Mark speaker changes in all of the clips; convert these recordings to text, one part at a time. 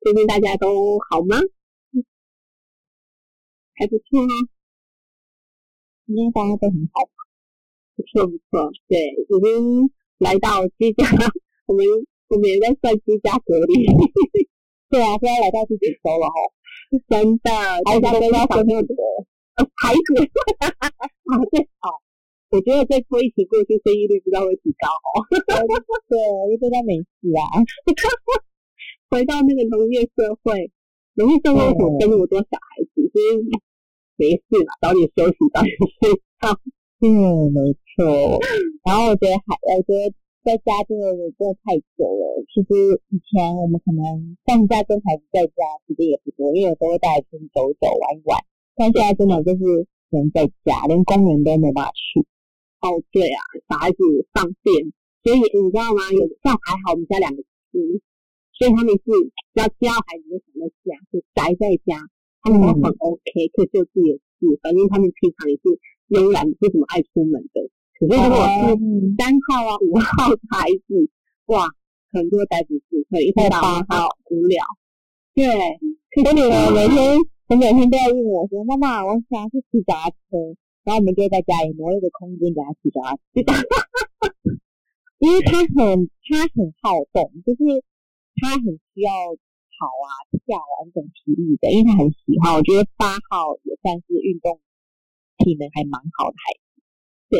Speaker 1: 最近大家都好吗？嗯还不错啊，
Speaker 2: 应该大家都很好。
Speaker 1: 不错不错，对，已经来到居家， 我们我们也在算居家隔离，
Speaker 2: 对啊，现在来到第几周了哈？
Speaker 1: 真的，大家都要
Speaker 2: 小朋友得
Speaker 1: 呃排骨，啊对哦，我觉得再拖一期过去，生育率不知道会提高哦。
Speaker 2: 对，因为都在美食啊，
Speaker 1: 回到那个农业社会，农业社会为什么生那么多小孩子？就是没事嘛，早点休息，早点睡觉。
Speaker 2: 嗯，没错。然后我觉得还，我
Speaker 1: 呃
Speaker 2: 觉得在家真的真的太久了。其实以前我们可能放假跟孩子在家时间也不多，因为有时候会带孩子去走一走、玩一玩。但现在真的就是人在家，连公园都没办法去。
Speaker 1: 哦，对啊，小孩子放电，所以你知道吗？有像还好我们家两个吃，所以他们是只要接到孩子就想在家，就宅在家，他们都很 OK，、可以做自己的事。反正他们平常也是慵懒，不是怎么爱出门的。可是如果是
Speaker 2: 嗯，
Speaker 1: 三号啊、五号的孩子，哇，可能就会待不住，可能一天到晚
Speaker 2: 太
Speaker 1: 好无聊。对，
Speaker 2: 我女儿每天，我每天都要问我说：“妈妈，我想要去骑脚踏车。”然后我们就会在家里挪一个空间给她骑脚踏车， 因为她很她很好动，就是她很需要跑啊、跳啊这种体力的，因为她很喜欢。我觉得八号也算是运动体能还蛮好的孩子，对。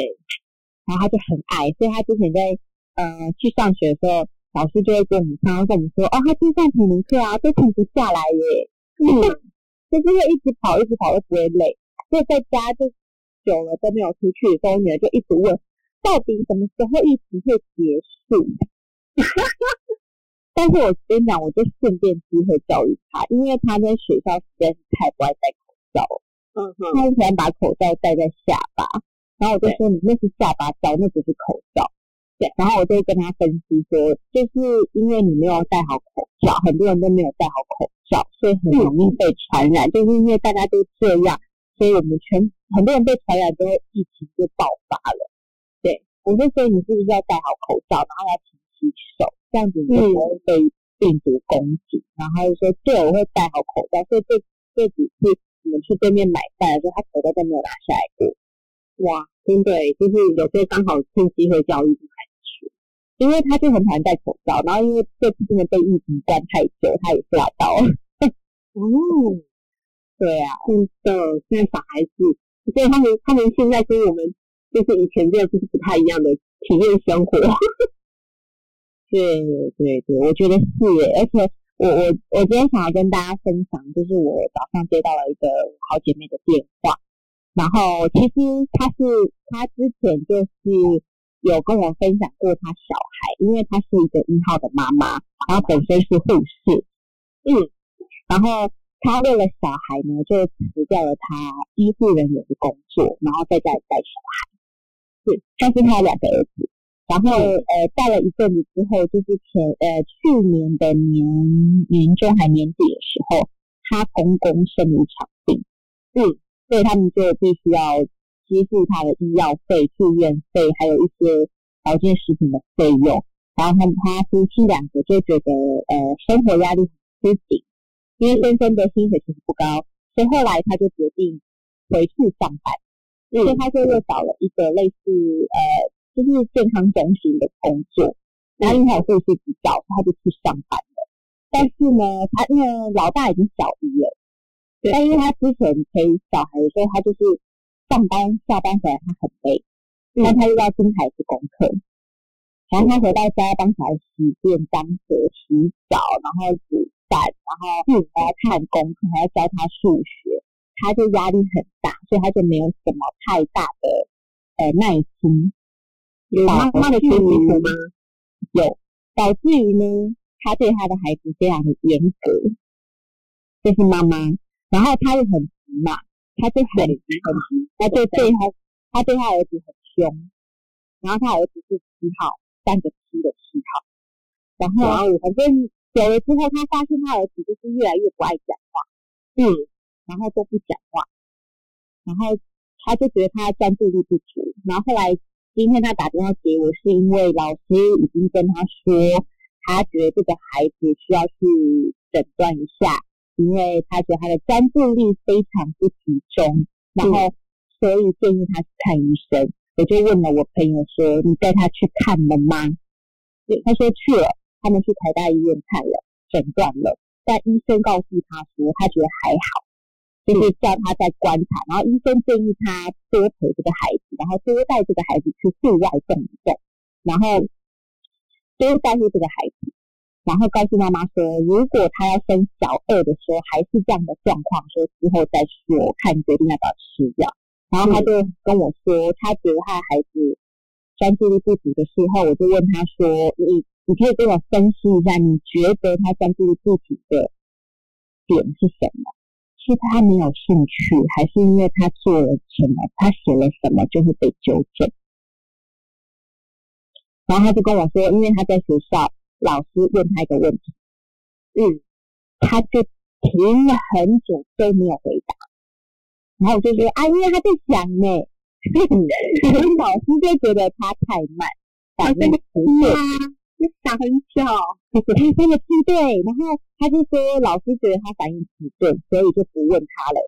Speaker 2: 然后她就很爱，所以她之前在呃去上学的时候，老师就会跟我们常常跟我们说：“哦，她今天上体能课啊，都停不下来耶。”
Speaker 1: 嗯，
Speaker 2: 就是会一直跑，一直跑都不会累。所以在家就久了都没有出去的时候，女儿就一直问，到底什么时候疫情会结束？ 但是我跟你讲，我就顺便机会教育她，因为她在学校实在是太不爱戴口罩了，
Speaker 1: 嗯哼，
Speaker 2: 她很喜欢把口罩戴在下巴，然后我就
Speaker 1: 对
Speaker 2: 说你那是下巴罩，那不是口罩。对，然后我就跟她分析说，就是因为你没有戴好口罩，很多人都没有戴好口罩，所以很容易被传染。就是因为大家都这样，所以我们全很多人被传染之后，疫情就爆发了。对，我就说你是不是要戴好口罩，然后要勤洗手，这样子你就不会被病毒攻击。然后他就说，对，我会戴好口罩。所以这这几次我们去对面买饭的时候，他口罩都没有拿下来过。
Speaker 1: 哇，真的
Speaker 2: 欸
Speaker 1: 耶，就是有时候刚好趁机会教育。
Speaker 2: 因为他就很讨厌戴口罩，然后因为这次真的被疫情关太久，他也吓到了。
Speaker 1: 哦，
Speaker 2: 对啊，
Speaker 1: 真的，现在小孩子，所以他们他们现在跟我们就是以前这样就是不太一样的体验生活。
Speaker 2: 对对对，我觉得是耶。而且我我我今天想要跟大家分享，就是我早上接到了一个我好姐妹的电话，然后其实她是她之前就是有跟我分享过她小孩，因为她是一个一号的妈妈，然后本身是护士，嗯，然后她为了小孩呢，就辞掉了她医护人员的工作，然后在家里带小孩，是，但是她有两个儿子。然后呃，带了一阵子之后，就是前呃去年的年年中还年底的时候，她公公生了一场病，嗯，所以他们就必须要支付他的医药费、住院费，还有一些保健食品的费用。然后他们他夫妻两个就觉得呃生活压力很吃紧，因为先生的薪水其实不高，所以后来他就决定回去上班，所以他就又找了一个类似呃就是健康中心的工作，然
Speaker 1: 嗯
Speaker 2: 后因为他有护士执照，他就去上班了。但是呢，他因为老大已经小一了，
Speaker 1: 对
Speaker 2: 但因为他之前陪小孩的时候，他就是上班下班回来他很累，
Speaker 1: 嗯
Speaker 2: 但他又要盯孩子功课，然后他回到家要帮小孩洗便当盒、洗澡，然后煮饭，然后
Speaker 1: 嗯
Speaker 2: 还要看功课，还要教他数学，他就压力很大，所以他就没有什么太大的呃耐心。
Speaker 1: 有妈妈的学习图吗？
Speaker 2: 有，导致于呢，他对他的孩子非常的严格，这是妈妈，然后他又很急嘛，他就很急很急，他就对他他对他儿子很凶，然后他儿子是七号，三个七的七号，然后反正久了之后，他发现他儿子就是越来越不爱讲话，嗯，然后都不讲话，然后他就觉得他专注力不足，然后后来今天他打电话给我，是因为老师已经跟他说，他觉得这个孩子需要去诊断一下，因为他觉得他的专注力非常不集中，然后所以建议他去看医生。我就问了我朋友说：“你带他去看了吗？”他说去了，他们去台大医院看了，诊断了，但医生告诉他说他觉得还好，就是叫他再观察。然后医生建议他多陪这个孩子，然后多带这个孩子去户外动一动，然后多照顾这个孩子。然后告诉妈妈说，如果他要生小二的时候还是这样的状况，说之后再说，看决定要不要吃药。然后他就跟我说，他觉得他的孩子专注力不足的时候，我就问他说，你你可以跟我分析一下，你觉得他专注力不足的点是什么？是他没有兴趣，还是因为他做了什么，他写了什么就会被纠正？然后他就跟我说，因为他在学校。老师问他一个问题，嗯，他就停了很久都没有回答，然后我就说啊，因为他在想呢， 所以老师就觉得他太慢，
Speaker 1: 他真的
Speaker 2: 很
Speaker 1: 啊，就想很久，
Speaker 2: 他真的是对，然后他就说老师觉得他反应迟钝，所以就不问他了，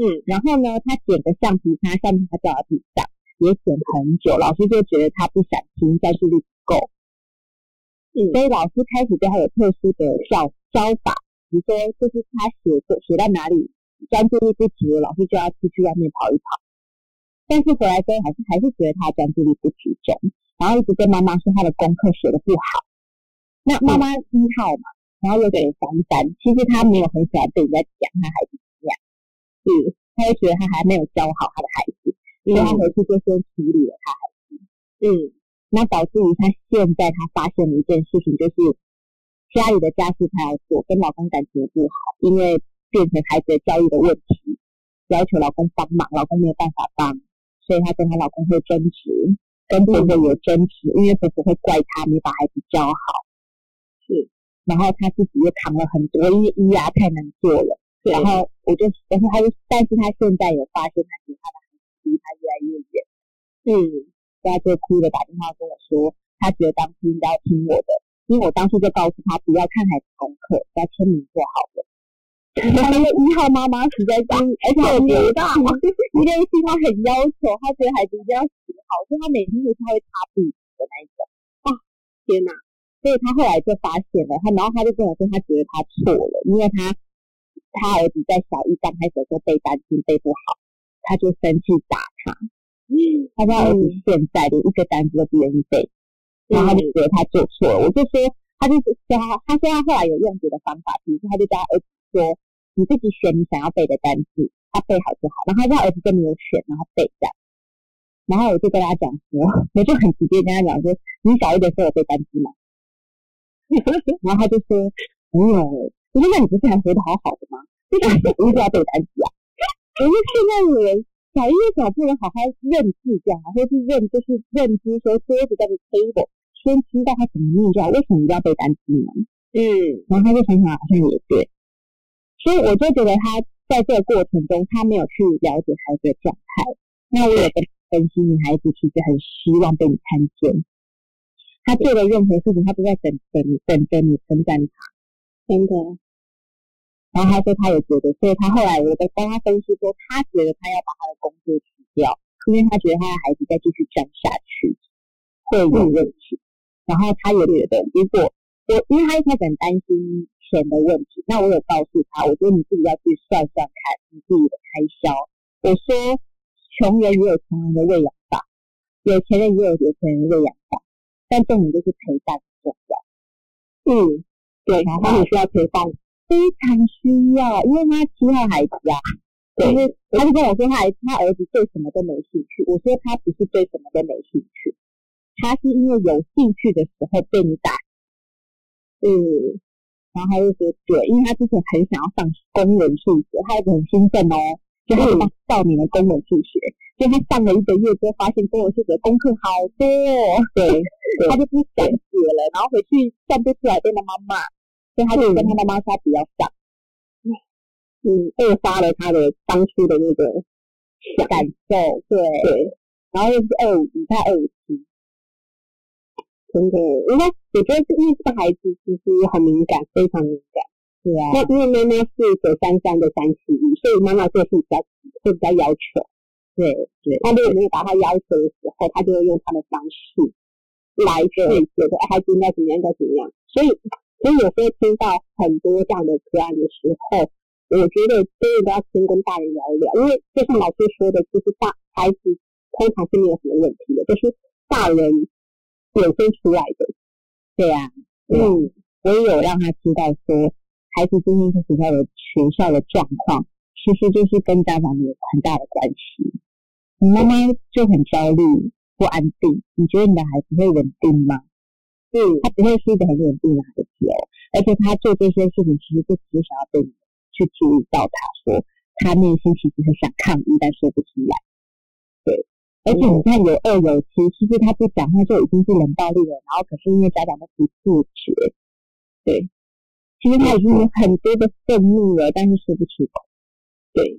Speaker 1: 嗯，
Speaker 2: 然后呢，他捡个橡皮擦，橡皮擦掉到地上，也捡很久，老师就觉得他不想听，但是力不够。
Speaker 1: 嗯
Speaker 2: 所以老师开始对他有特殊的教教法，比如说就是他写作写到哪里专注力不足，老师就要出去外面跑一跑。但是回来之后还是还是觉得他专注力不集中，然后一直跟妈妈说他的功课写的不好。那妈妈一号嘛，然后又给三三，其实他没有很喜欢被人家讲他孩子怎么样，嗯，他就觉得他还没有教好他的孩子，所以他回去就先处理了他孩子，嗯。那导致于她现在她发现了一件事情，就是家里的家事她要做，跟老公感情不好，因为变成孩子的教育的问题，要求老公帮忙，老公没有办法帮，所以她跟她老公会争执，跟婆婆有争执，因为婆婆会怪她没把孩子教好，
Speaker 1: 是，
Speaker 2: 然后她自己也扛了很多，因为医啊太难做了，
Speaker 1: 对
Speaker 2: 然后我就，然后她就，但是她现在有发现，她觉得她的孩子离她越来越远。
Speaker 1: 嗯，
Speaker 2: 所以他就哭着打电话跟我说，他觉得当初应该要听我的，因为我当初就告诉他不要看孩子功课，只要签名就好 了。他那个一号妈妈实在是，而且我
Speaker 1: 做不到
Speaker 2: 一件事他很要求，他觉得孩子一定要写好，所以他每天回去他会擦鼻子的那一种。
Speaker 1: 天哪，
Speaker 2: 所以他后来就发现了，他然后他就跟我说，他觉得他错了，因为他他儿子在小一刚开始的时候背单词背不好，他就生气打他。他说他儿子现在连一个单词都不愿意背，然后他就觉得他做错了。我就说，他就教他，他说他后来有用别的方法，比如说他就教他儿子说，你自己选你想要背的单词，他背好就好。然后他让儿子就没有选，然后背这样。然后我就跟他讲说， 我就很直接跟他讲说，你小一点时候有背单词吗？然后他就说没有欸，我说那你不是还活得好好的吗？为什么小一就要背单词啊？ 我说现在的人小一为什么不能好好认字这样啊，或是认就是认知说桌子叫做 table，先知道它怎么念就好，为什么一定要背单词呢？
Speaker 1: 嗯，
Speaker 2: 然后他就想想好像也对，所以我就觉得他在这个过程中，他没有去了解孩子的状态。那我有跟他分析，你孩子其实很希望被你看见，他做的任何事情，他都在等着你，等着你称赞他。
Speaker 1: 真的，
Speaker 2: 然后他说他也觉得，所以他后来我在帮他分析说，他觉得他要把他的工作辞掉，因为他觉得他的孩子再继续这样下去会有
Speaker 1: 嗯
Speaker 2: 问题。然后他也觉得，如果我因为他一开始很担心钱的问题，那我有告诉他，我说你自己要去算算看你自己的开销。我说穷人也有穷人的喂养法，有钱人也有有钱人的喂养法，但重点就是陪伴重要。
Speaker 1: 嗯，对，
Speaker 2: 然后
Speaker 1: 他很需要陪伴，
Speaker 2: 非常需要，因为他七号孩子啊，
Speaker 1: 对
Speaker 2: 就是他就跟我说他孩他儿子对什么都没兴趣，我说他不是对什么都没兴趣，他是因为有兴趣的时候被你打，嗯，然后他就说对，因为他之前很想要上公文数学，他一直很兴奋哦，就他就上少年的公文数学，就他上了一个月之后发现公文数学功课好多、哦， 对，他就不想写了，然后回去算不出来被妈妈骂。所以他就跟他妈妈说他不要上，
Speaker 1: 嗯，扼杀了他的当初的那个想，
Speaker 2: 感受对，
Speaker 1: 对，
Speaker 2: 然后又是二五一，他二五七，
Speaker 1: 真的，应该我觉得是因为这个孩子其实很敏感，非常敏感，
Speaker 2: 是啊，
Speaker 1: 那因为妈妈是九三三的三七一，所以妈妈做事比较会比较要求。
Speaker 2: 对对，
Speaker 1: 那如果没有达到要求的时候，他就会用他的方式来去觉得哎孩子应该怎么样，应该怎么样。所以，所以有时候听到很多这样的个案的时候，我觉得真的都要先跟大人聊一聊，因为就像老师说的，其实大孩子通常是没有什么问题的，就是大人衍生出来的。
Speaker 2: 对啊，对啊
Speaker 1: 嗯，
Speaker 2: 我也有让他知道说，孩子今天在学校的学校的状况，其实就是跟家长有很大的关系。你妈妈就很焦虑、不安定，你觉得你的孩子会稳定吗？
Speaker 1: 嗯，
Speaker 2: 他不会是一个很稳定的孩子哦，而且他做这些事情，其实就只是想要被你去注意到他说，他内心其实很想抗议，但说不出来。对，而且你看有二有七，其实他不讲话就已经是冷暴力了，然后可是因为家长都不自觉，对，其实他已经有很多的愤怒了，但是说不出口。对，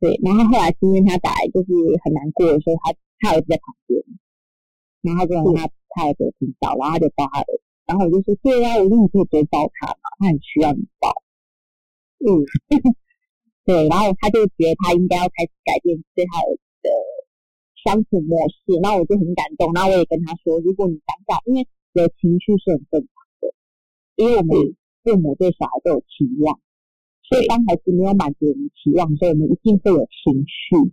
Speaker 2: 对，然后后来今天他打来就是很难过的时候，他他儿子在旁边，然后就让他他儿子听到，然后他就抱他儿子，然后我就说对呀、啊，我说你可以多抱他嘛，他很需要你抱。嗯，对，然后他就觉得他应该要开始改变对他儿子的相处模式，那我就很感动，那我也跟他说，如果你想想，因为有情绪是很正常的，因为我们父母对小孩都有期望，所以当孩子没有满足我们期望的时候，我们一定会有情绪。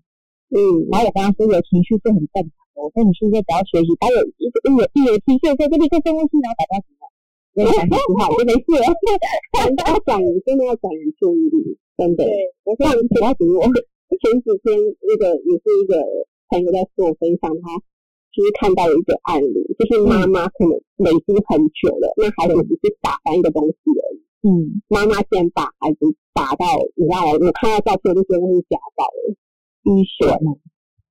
Speaker 1: 嗯，
Speaker 2: 然后我跟他说有情绪是很正常的，我说你是不是只要学习，当有一个有一有情绪的时候就立刻深呼吸，然后打电话给我，我就讲几句话我就没事了。
Speaker 1: 要转移， 真的要转移注意力，真的。
Speaker 2: 我说你不要理我，
Speaker 1: 前几天那个也是一个朋友在跟我分享，他就是看到了一个案例，就是妈妈可能累积很久了，那孩子只是打翻一个东西而已，
Speaker 2: 嗯，
Speaker 1: 妈妈竟然把孩子打到，你知道吗？我看到照片我就觉得是家暴了。
Speaker 2: 滴水嘛，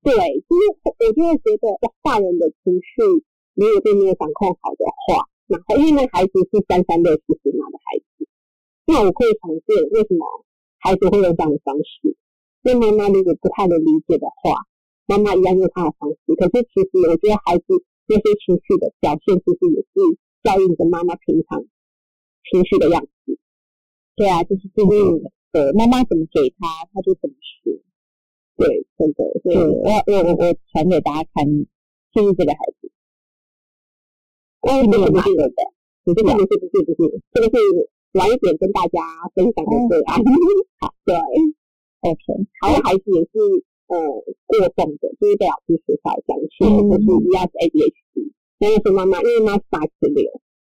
Speaker 1: 对，就是我就会觉得，哇，大人的情绪如果都没有掌控好的话，然后因为那孩子是三三六七十码的孩子，那我可以想见为什么孩子会用这样的方式。那妈妈如果不太能理解的话，妈妈一样用她的方式。可是其实我觉得孩子那些情绪的表现，其实也是照应着妈妈平常情绪的样子。
Speaker 2: 对啊，就是自己
Speaker 1: 嗯，
Speaker 2: 的妈妈怎么给他，他就怎么学。
Speaker 1: 对，真的，
Speaker 2: 对，
Speaker 1: 对。
Speaker 2: 我我我我传给大家看，就是这个孩子，
Speaker 1: 哦，这个不是的，你这个不是不是不是，这个是晚一点跟大家分享的个案。 好，对，
Speaker 2: 哦 OK，
Speaker 1: 还有孩子也是呃过动的，就是被老师学校讲说
Speaker 2: 嗯
Speaker 1: 就是一样是 ADHD，那个时候妈妈因为妈是八七六，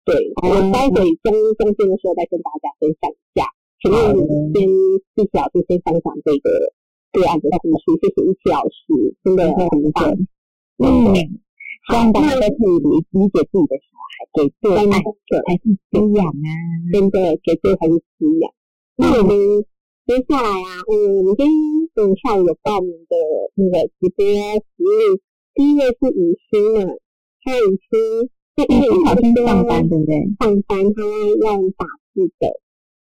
Speaker 1: 对，
Speaker 2: 哦
Speaker 1: 我待会中中间的时候再跟大家分享一下，前面
Speaker 2: 好的
Speaker 1: 先谢谢老师先分享这个个案的故事，谢谢一奇老师，真的很棒，
Speaker 2: 嗯，希望大家
Speaker 1: 那
Speaker 2: 都可以理理解自己的小孩，给做
Speaker 1: 真
Speaker 2: 爱
Speaker 1: 的
Speaker 2: 才是滋养啊。
Speaker 1: 真的绝对很滋养。那我们接下来啊，嗯，我们今天嗯下午有报名的那个直播服务，第一位是雨欣嘛，她雨欣，她
Speaker 2: 因为
Speaker 1: 雨
Speaker 2: 一小心
Speaker 1: 欣
Speaker 2: 上班，对不对？
Speaker 1: 上班她用打字的，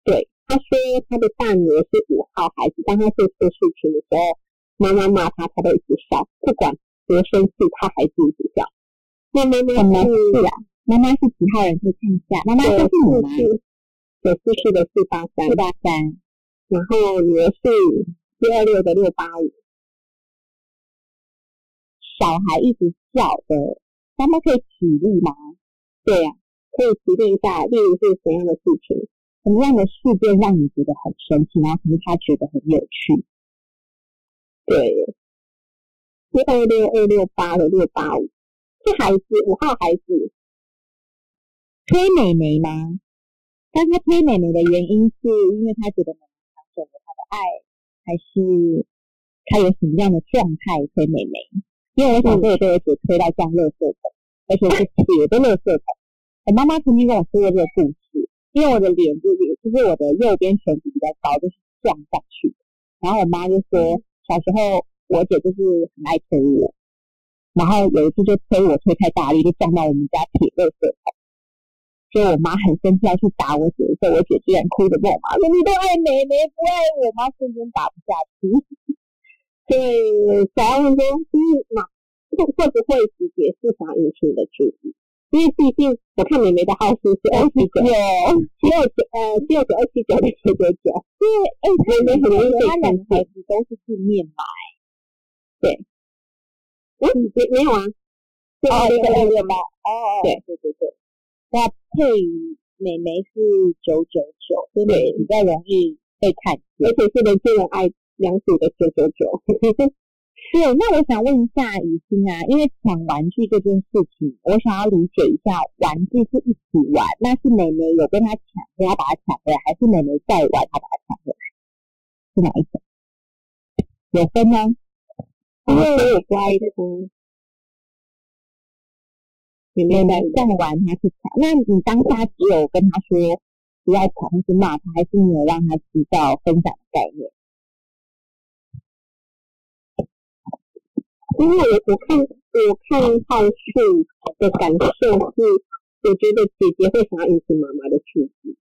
Speaker 1: 对，她说她的大女儿是五号孩子，当她做错事情的时候，妈妈骂她，她都一直笑，不管多生气，她还是一直笑。那妈妈
Speaker 2: 什么
Speaker 1: 是
Speaker 2: 事啊？妈妈是几号人？可以看一下。妈妈
Speaker 1: 九
Speaker 2: 是你吗？
Speaker 1: 四九四四的四八三
Speaker 2: 四，八三，
Speaker 1: 然后女儿是六二六的六八五，
Speaker 2: 小孩一直叫的，妈妈可以体力吗？啊
Speaker 1: 对呀、可以提炼一下，例如是怎样的事情？
Speaker 2: 什么样的事件让你觉得很生气，然后可是他觉得很有趣？
Speaker 1: 对，六二六二六八的六八五，这孩子五号孩子，
Speaker 2: 推美眉吗？但是他推美眉的原因是因为他觉得美眉抢走了他的爱，还是他有什么样的状态推美眉？因为我小时候也被我姐推到装垃圾桶，而且是铁的垃圾桶。我妈妈曾经跟我说过这个故事，因为我的脸就是就是我的右边颧骨比较高，就是撞上去的。然后我妈就说，小时候我姐就是很爱推我，然后有一次就推我推太大力，就撞到我们家铁垃圾桶。所以我妈很生气要去打我姐的时候，我姐居然哭着跟我妈说：“你都爱妹妹不爱我妈，瞬间打不下去。嗯
Speaker 1: 对，想要问说，就是嘛，会会不会直接是想引起你的注意？因为毕竟我看美眉的号数是二 十九，七二九呃七二九二七九六九九九，
Speaker 2: 因为哎，
Speaker 1: 美眉很容易被
Speaker 2: 他两
Speaker 1: 分
Speaker 2: 个孩
Speaker 1: 辨。
Speaker 2: 子都是字面吧？
Speaker 1: 我以前没有啊，对
Speaker 2: 哦，一
Speaker 1: 对
Speaker 2: 个
Speaker 1: 对
Speaker 2: 六六八，哦，
Speaker 1: 对
Speaker 2: 对对对。那配于美眉是九九九，所以美眉比较容易被看见
Speaker 1: 而。且是人见人爱两组的九九九，
Speaker 2: 对，那我想问一下雨欣啊，因为抢玩具这件事情，我想要理解一下，玩具是一起玩，那是妹妹有跟她抢，所以她把她抢回来，还是妹妹在玩，她把她抢回来，是哪一种？有分吗？
Speaker 1: 因为我有乖的啊，美
Speaker 2: 妹
Speaker 1: 眉
Speaker 2: 妹
Speaker 1: 在
Speaker 2: 在玩，她去抢，那你当下只有跟她说不要抢，或是骂她，还是你有让她知道分享的概念？
Speaker 1: 因为我我看我看号数的感受是，我觉得姐姐会想要引起妈妈的注意。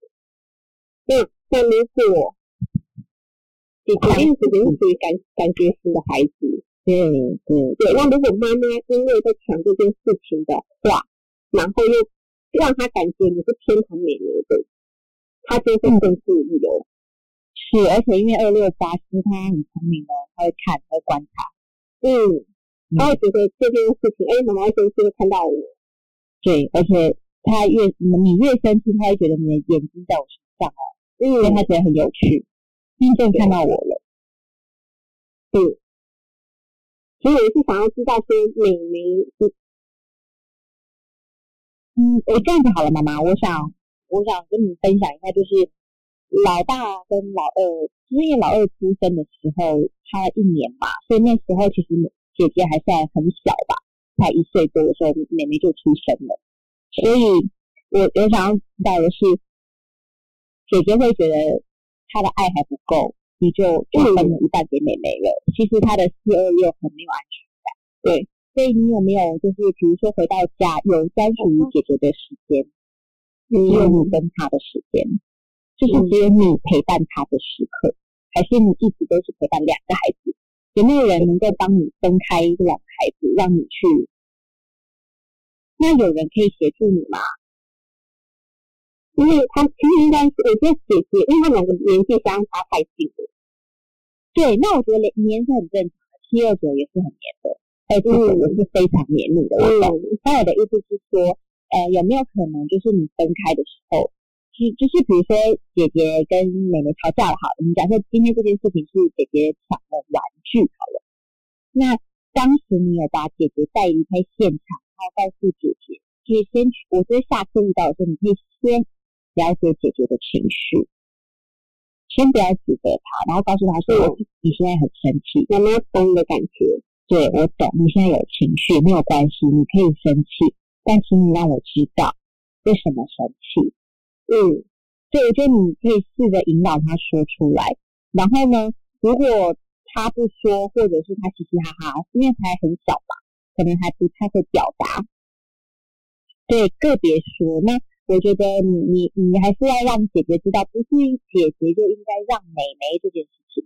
Speaker 1: 那那如果姐姐因为姐姐是属于感感觉型的孩子，
Speaker 2: 对对
Speaker 1: 对。那如果妈妈因为在抢这件事情的话，然后又让她感觉你是偏袒美眉的，她就会更注意哦。
Speaker 2: 是，而且因为二六八，其实她很聪明哦，她会看，她会观察，
Speaker 1: 嗯，
Speaker 2: 嗯
Speaker 1: 她会觉得这件事情，哎、妈妈生气会看到我，
Speaker 2: 对，而且她越你越生气，她会觉得你的眼睛在我身上哦，所以
Speaker 1: 嗯，
Speaker 2: 她觉得很有趣，真正看到我了，
Speaker 1: 所以我是想要知道说美眉
Speaker 2: 嗯，我这样子好了，妈妈，我想我想跟你分享一下，就是老大跟老二，就是因为老二出生的时候差了一年嘛，所以那时候其实姐姐还算很小吧，才一岁多的时候，妹妹就出生了，所以我我想要知道的是，姐姐会觉得她的爱还不够，你就就分了一半给妹妹了。其实她的四二六很没有安全感，对。所以你有没有就是比如说回到家有专属于姐姐的时间，只有你跟她的时间，就是只有你陪伴她的时刻，还是你一直都是陪伴两个孩子？有没有人能够帮你分开两个孩子，让你去？那有人可以协助你吗？
Speaker 1: 因为他其实应该是，我觉得姐姐，因为他们两个年纪相差太近了，
Speaker 2: 对，那我觉得黏是很正常的，七二九也是很黏的，哎，这个我是非常黏你的。我懂。
Speaker 1: 嗯，
Speaker 2: 那我的意思是说，呃，有没有可能就是你分开的时候，就就是比如说姐姐跟妹妹吵架了，好了，你假设今天这件事情是姐姐抢了玩具好了，那当时你有把姐姐带离开现场，然后告诉姐姐，就是先去，我觉得下次遇到的时候，你可以先了解姐姐的情绪。先不要指责她，然后告诉她说：“
Speaker 1: 嗯
Speaker 2: 你现在很生气，
Speaker 1: 妈妈懂的感觉，
Speaker 2: 对，我懂，你现在有情绪没有关系，你可以生气，但请你让我知道为什么生气。
Speaker 1: 嗯，
Speaker 2: 对，我觉得你可以试着引导他说出来。然后呢，如果他不说，或者是他嘻嘻哈哈，因为才很小嘛，可能还不太会表达。对，个别说。那我觉得你你你还是要让姐姐知道，不是姐姐就应该让妹妹这件事情。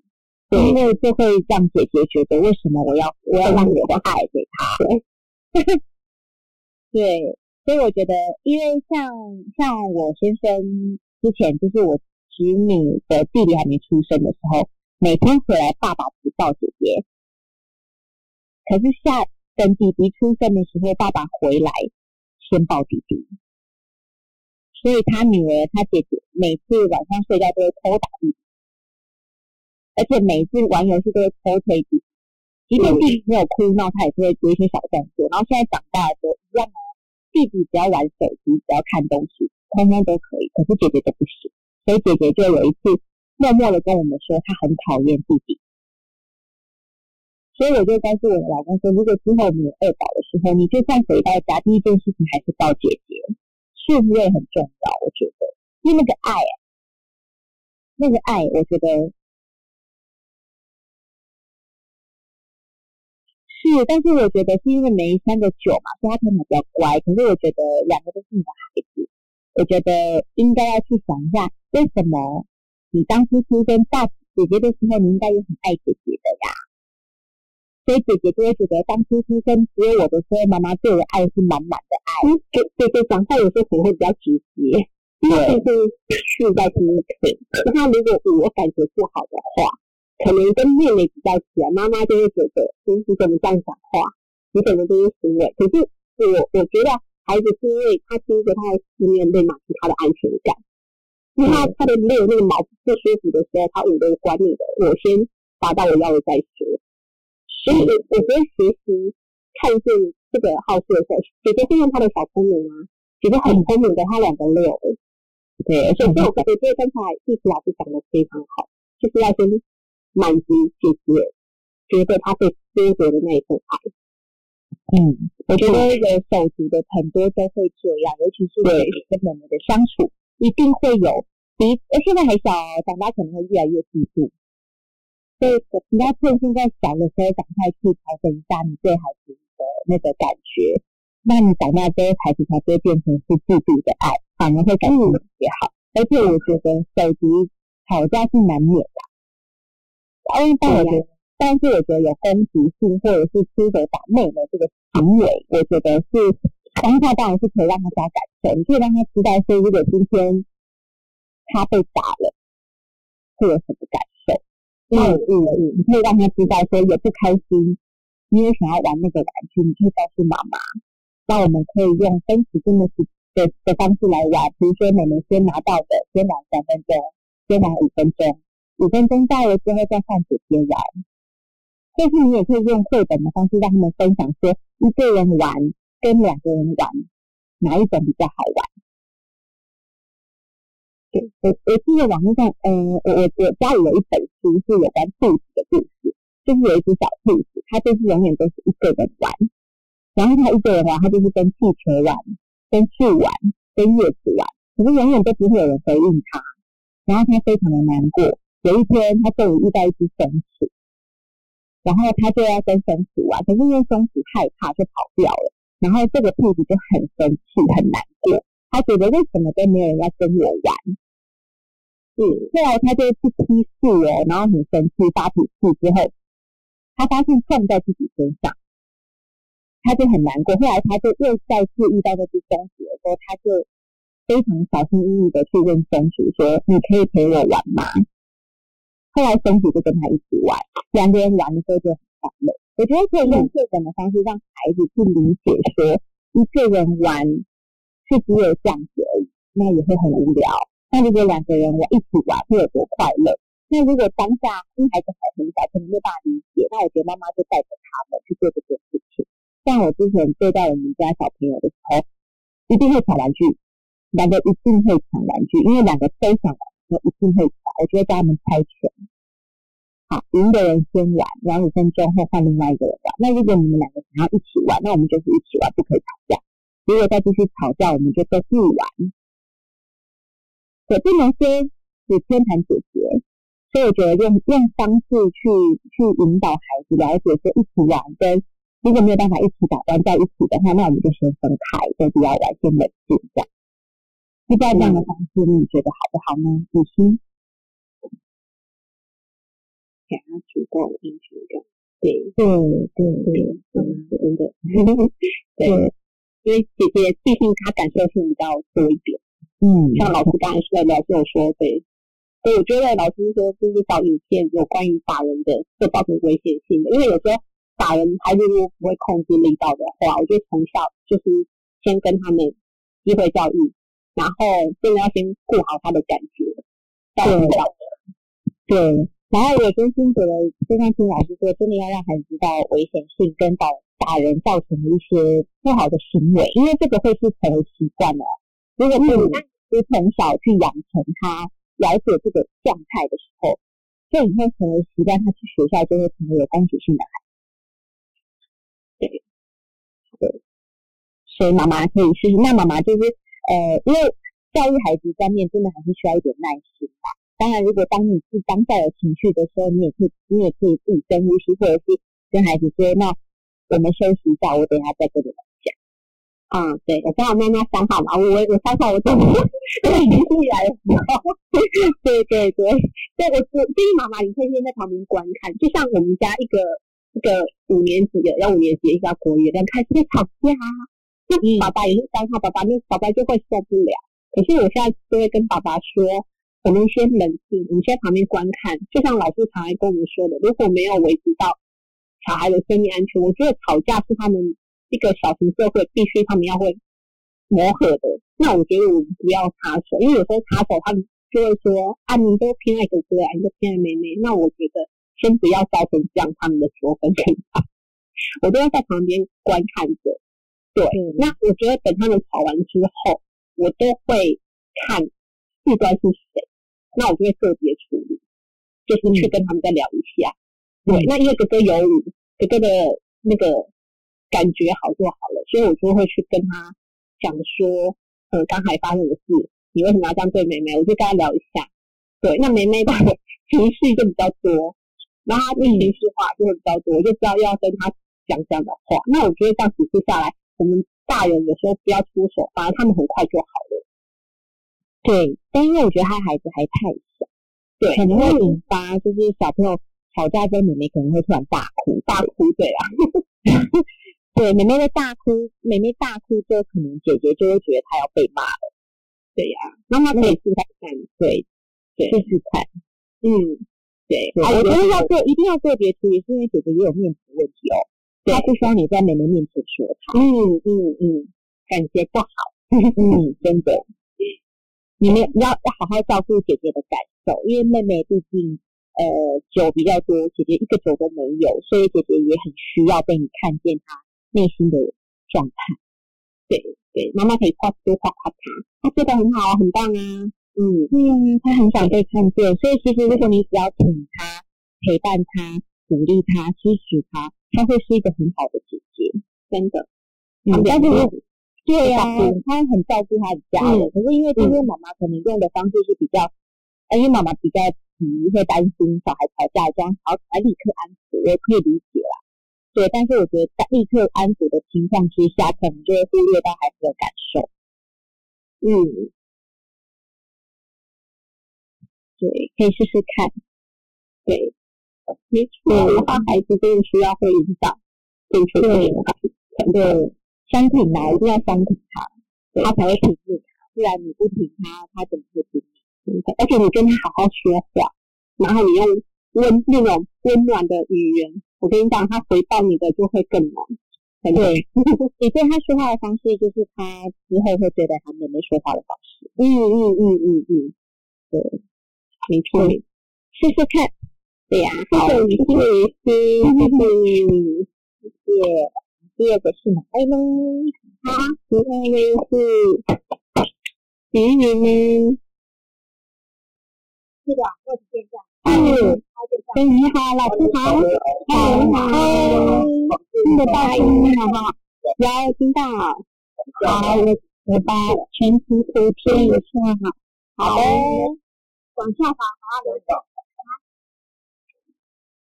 Speaker 1: 对
Speaker 2: 因为这会让姐姐觉得为什么我要我要让我的爱给她。对，所以我觉得，因为像像我先生之前，就是我侄女的弟弟还没出生的时候，每天回来爸爸只抱姐姐，可是下等弟弟出生的时候，爸爸回来先抱弟弟。所以他女儿、他姐姐每次晚上睡觉都会偷打弟弟，而且每次玩游戏都会偷推弟弟。即便弟弟没有哭闹，他也是会有一些小动作。然后现在长大了都一样哦，弟弟只要玩手机，只要看东西，通通都可以，可是姐姐都不行。所以姐姐就有一次默默的跟我们说，她很讨厌弟弟。所以我就告诉我的老公说，如果之后你有二宝的时候，你就算回到家，第一件事情还是抱姐姐。数位很重要，我觉得，因为那个爱啊，那个爱，啊我觉得是，但是我觉得是因为梅三个九嘛，所以他可能比较乖。可是我觉得两个都是你的孩子，我觉得应该要去想一下，为什么你当初出生大姐姐的时候，你应该也很爱姐姐的呀？所以姐姐就会觉得当初出生只有我的时候，妈妈对我爱是满满的爱。
Speaker 1: 对对对，长大有时候可能会比较直接，因为
Speaker 2: 对
Speaker 1: 就是势在必推。那如果我感觉不好的话，可能跟妹妹比较起来，妈妈就会觉得你你怎么这样讲话，你怎么这些行为？可是我我觉得孩子是因为他第一个他的思念被满足他的安全感，因为他他的没有那个毛不舒服的时候，他我都管你的，我先达到我要的再说。所以我我觉得学习看见这个好事的时候，姐姐会用她的小聪明啊，姐姐很聪明的，她两个六，
Speaker 2: 对，而且
Speaker 1: 所以
Speaker 2: 我们
Speaker 1: 我觉得我觉得刚才易慈老师讲的非常好，就是要先满足姐姐觉得她被剥夺的那一份爱。
Speaker 2: 嗯，我觉
Speaker 1: 嗯
Speaker 2: 得有手足的很多都会这样，尤其是
Speaker 1: 对
Speaker 2: 跟妹妹的相处，一定会有比呃现在还小哦，长大可能会越来越嫉妒。所以你要趁现在小的时候赶快去调整一下你对孩子的那个感觉，那你长大之后孩子才不会变成是嫉妒的爱，反而会感觉特别好。而且我觉得手足吵架是难免的，因为但我觉得但是我觉得有攻击性或者是出手打妹妹这个行为，我觉得是当下当然是可以让他知道感受，你可以让他知道说，如果今天他被打了，会有什么感受。那
Speaker 1: 嗯
Speaker 2: 嗯嗯，你可以让他知道说也不开心，你也想要玩那个玩具，你可以告诉妈妈。那我们可以用分时间的时的的方式来玩，比如说妹妹先拿到的，先玩三分钟，先玩五分钟，五分钟到了之后再换姐姐玩。但是你也可以用绘本的方式让他们分享说，一个人玩跟两个人玩哪一种比较好玩。对，我我记得网络上，呃，我我我家里有一本书是有关兔子的故事，就是有一只小兔子，它就是永远都是一个人玩，哦然后它一个人玩，它就是跟气球玩、跟树玩、跟叶子玩，可是永远都不会有人回应它，然后它非常的难过。有一天，它终于遇到一只松鼠，然后它就要跟松鼠玩，可是因为松鼠害怕就跑掉了，然后这个兔子就很生气、很难过，它觉得为什么都没有人要跟我玩。
Speaker 1: 嗯，
Speaker 2: 后来他就去踢树哦，然后很生气发脾气之后，他发现撞在自己身上，他就很难过。后来他就又再次遇到那只松鼠的时候，他就非常小心翼翼的去问松鼠说：“你可以陪我玩吗？”后来松鼠就跟他一起玩，两个人玩的时候就很快乐。我觉得可以用这种的方式让孩子去理解说，一个人玩是只有这样子而已，那也会很无聊。那如果两个人我一起玩会有多快乐？那如果当下因为孩子还很小，可能没有办法理解，那我觉得妈妈就带着他们去做这件事情。像我之前对待我们家小朋友的时候，一定会抢玩具，两个一定会抢玩具，因为两个都想玩，我一定会抢。我就会教他们猜拳，好，赢的人先玩，玩五分钟后换另外一个人玩。那如果你们两个想要一起玩，那我们就是一起玩，不可以吵架。如果再继续吵架，我们就都不玩。也不能说只偏袒姐姐，所以我觉得用用方式去去引导孩子了解说一起玩跟如果没有办法一起打玩在一起的话，那我们就先分开，就不要玩，先冷静这样。不知道这样的
Speaker 1: 嗯
Speaker 2: 方式你觉得好不好呢？雨欣，
Speaker 1: 给他足够的安全感。对，
Speaker 2: 对对
Speaker 1: 对，嗯，真的，
Speaker 2: 对，
Speaker 1: 因为姐姐毕竟她感受性比较多一点。
Speaker 2: 嗯，
Speaker 1: 像老师刚才说的，老师有说对，所以我觉得老师说就是找影片有关于打人的会造成危险性的，因为有时候打人孩子如果不会控制力道的话，我觉得从小就是先跟他们机会教育，然后真的要先顾好他的感觉，再
Speaker 2: 对
Speaker 1: 引导
Speaker 2: 对，然后我真心觉得，就像听老师说，真的要让孩子知道危险性跟导打人造成的一些不好的行为，因为这个会是成为习惯的。如果父母
Speaker 1: 嗯
Speaker 2: 是从小去养成他了解这个状态的时候，这以后成为习惯，他去学校就会成为有攻击性的孩子。对，所以妈妈可以试试。那妈妈就是呃，因为教育孩子方面真的还是需要一点耐心。当然，如果当你是当下有情绪的时候，你也可以，你也可以自己深呼吸，或者是跟孩子说：“那我们休息一下，我等一下再跟你们讲。”啊
Speaker 1: 嗯，对，我刚好妈妈三号嘛，我我三号我怎么
Speaker 2: 对，起来的时候，
Speaker 1: 对对对，对我我建议妈妈，你可以先在旁边观看，就像我们家一个一个五年级的，要五年级的一下国语，两开始吵架，
Speaker 2: 啊
Speaker 1: 那爸爸也会当他爸爸，那爸爸就会受不了。可是我现在就会跟爸爸说，我们先冷静，我们先在旁边观看。就像老师常来跟我们说的，如果没有维持到小孩的生命安全，我觉得吵架是他们一个小型社会必须他们要会磨合的。那我觉得我们不要插手，因为有时候插手他们就会说啊，你都偏爱哥哥啊，你都偏爱妹妹。那我觉得先不要造成这样他们的纠纷跟吵，我都要在旁边观看着。对，
Speaker 2: 嗯
Speaker 1: 那我觉得等他们吵完之后，我都会看事端是谁，那我就会个别处理，就是去跟他们再聊一下。对，那因为哥哥有你，哥哥的那个感觉好就好了，所以我就会去跟他讲说，嗯，刚才发生的事，你为什么要这样对妹妹？我就跟他聊一下。对，那妹妹的情绪就比较多，然后她的情绪化就会比较多，我就知道要跟她讲这样的话。那我觉得这样几次下来，我们大人有时候不要出手，反而他们很快就好了。
Speaker 2: 对，但因为我觉得他孩子还太小，
Speaker 1: 对，
Speaker 2: 可能
Speaker 1: 因为
Speaker 2: 会引嗯发就是小朋友吵架之后，妹妹可能会突然大哭，
Speaker 1: 大哭对 啊，
Speaker 2: 对，妹妹的大哭，妹妹大哭之后，可能姐姐就会觉得她要被骂了，
Speaker 1: 妈妈可以试探看。
Speaker 2: 对，
Speaker 1: 对
Speaker 2: 试试看。
Speaker 1: 嗯，对，
Speaker 2: 对，
Speaker 1: 啊
Speaker 2: 我觉得要
Speaker 1: 有
Speaker 2: 做，一定要个别处理，是因为姐姐也有面子的问题哦，
Speaker 1: 对
Speaker 2: 她不希望你在妹妹面前说她。
Speaker 1: 嗯嗯嗯，感觉不好。
Speaker 2: 嗯，真的，你们要要好好照顾姐姐的感受，因为妹妹毕竟呃酒比较多，姐姐一个酒都没有，所以姐姐也很需要被你看见她内心的状态。
Speaker 1: 对，妈妈可以夸多夸夸他，他做的很好，很棒啊。嗯，
Speaker 2: 对啊，她很想被看见，所以其实如果你只要请她、陪伴她、鼓励她、支持她，她会是一个很好的姐姐。
Speaker 1: 真的，
Speaker 2: 嗯，但是如果对呀、
Speaker 1: 照顾
Speaker 2: 他很照顾他的家人。可是因为今天妈妈可能用的方式是比较，呃因为妈妈比较急，会担心小孩吵架，这样好来立刻安抚，我可以理解啦。对，但是我觉得在立刻安抚的情况之下，可能就会忽略到孩子的感受。
Speaker 1: 嗯，
Speaker 2: 对，可以试试看。
Speaker 1: 对，没错，的话孩子真的需要会引导，正确的引导。
Speaker 2: 对，相挺啦，一定要相挺他，他才会挺你啊。不然你不挺他，他怎么会挺你？
Speaker 1: 而且你跟他好好说
Speaker 2: 啊
Speaker 1: 话，然后你用温那种温暖的语言，我跟你讲，他回报你的就会更难。真的，
Speaker 2: 对， 你对他说话的方式，就是他之后会对待他妹妹说话的方式。
Speaker 1: 嗯嗯嗯嗯嗯，对，没错，
Speaker 2: 对试试看。
Speaker 1: 对呀，
Speaker 2: 好
Speaker 1: 谢谢你，心理师，谢谢。
Speaker 2: 第二个是哪位呢？
Speaker 1: 好，啊第二位是徐云呢。
Speaker 2: 是的，我是现在。
Speaker 1: 嗯，
Speaker 2: 哎，你好，老师好。哎
Speaker 1: 嗨，你好，
Speaker 2: 听得到声音了哈？
Speaker 1: 有听到？
Speaker 2: 好，我我把全图图片一下哈。
Speaker 1: 好哦，
Speaker 2: 往下滑，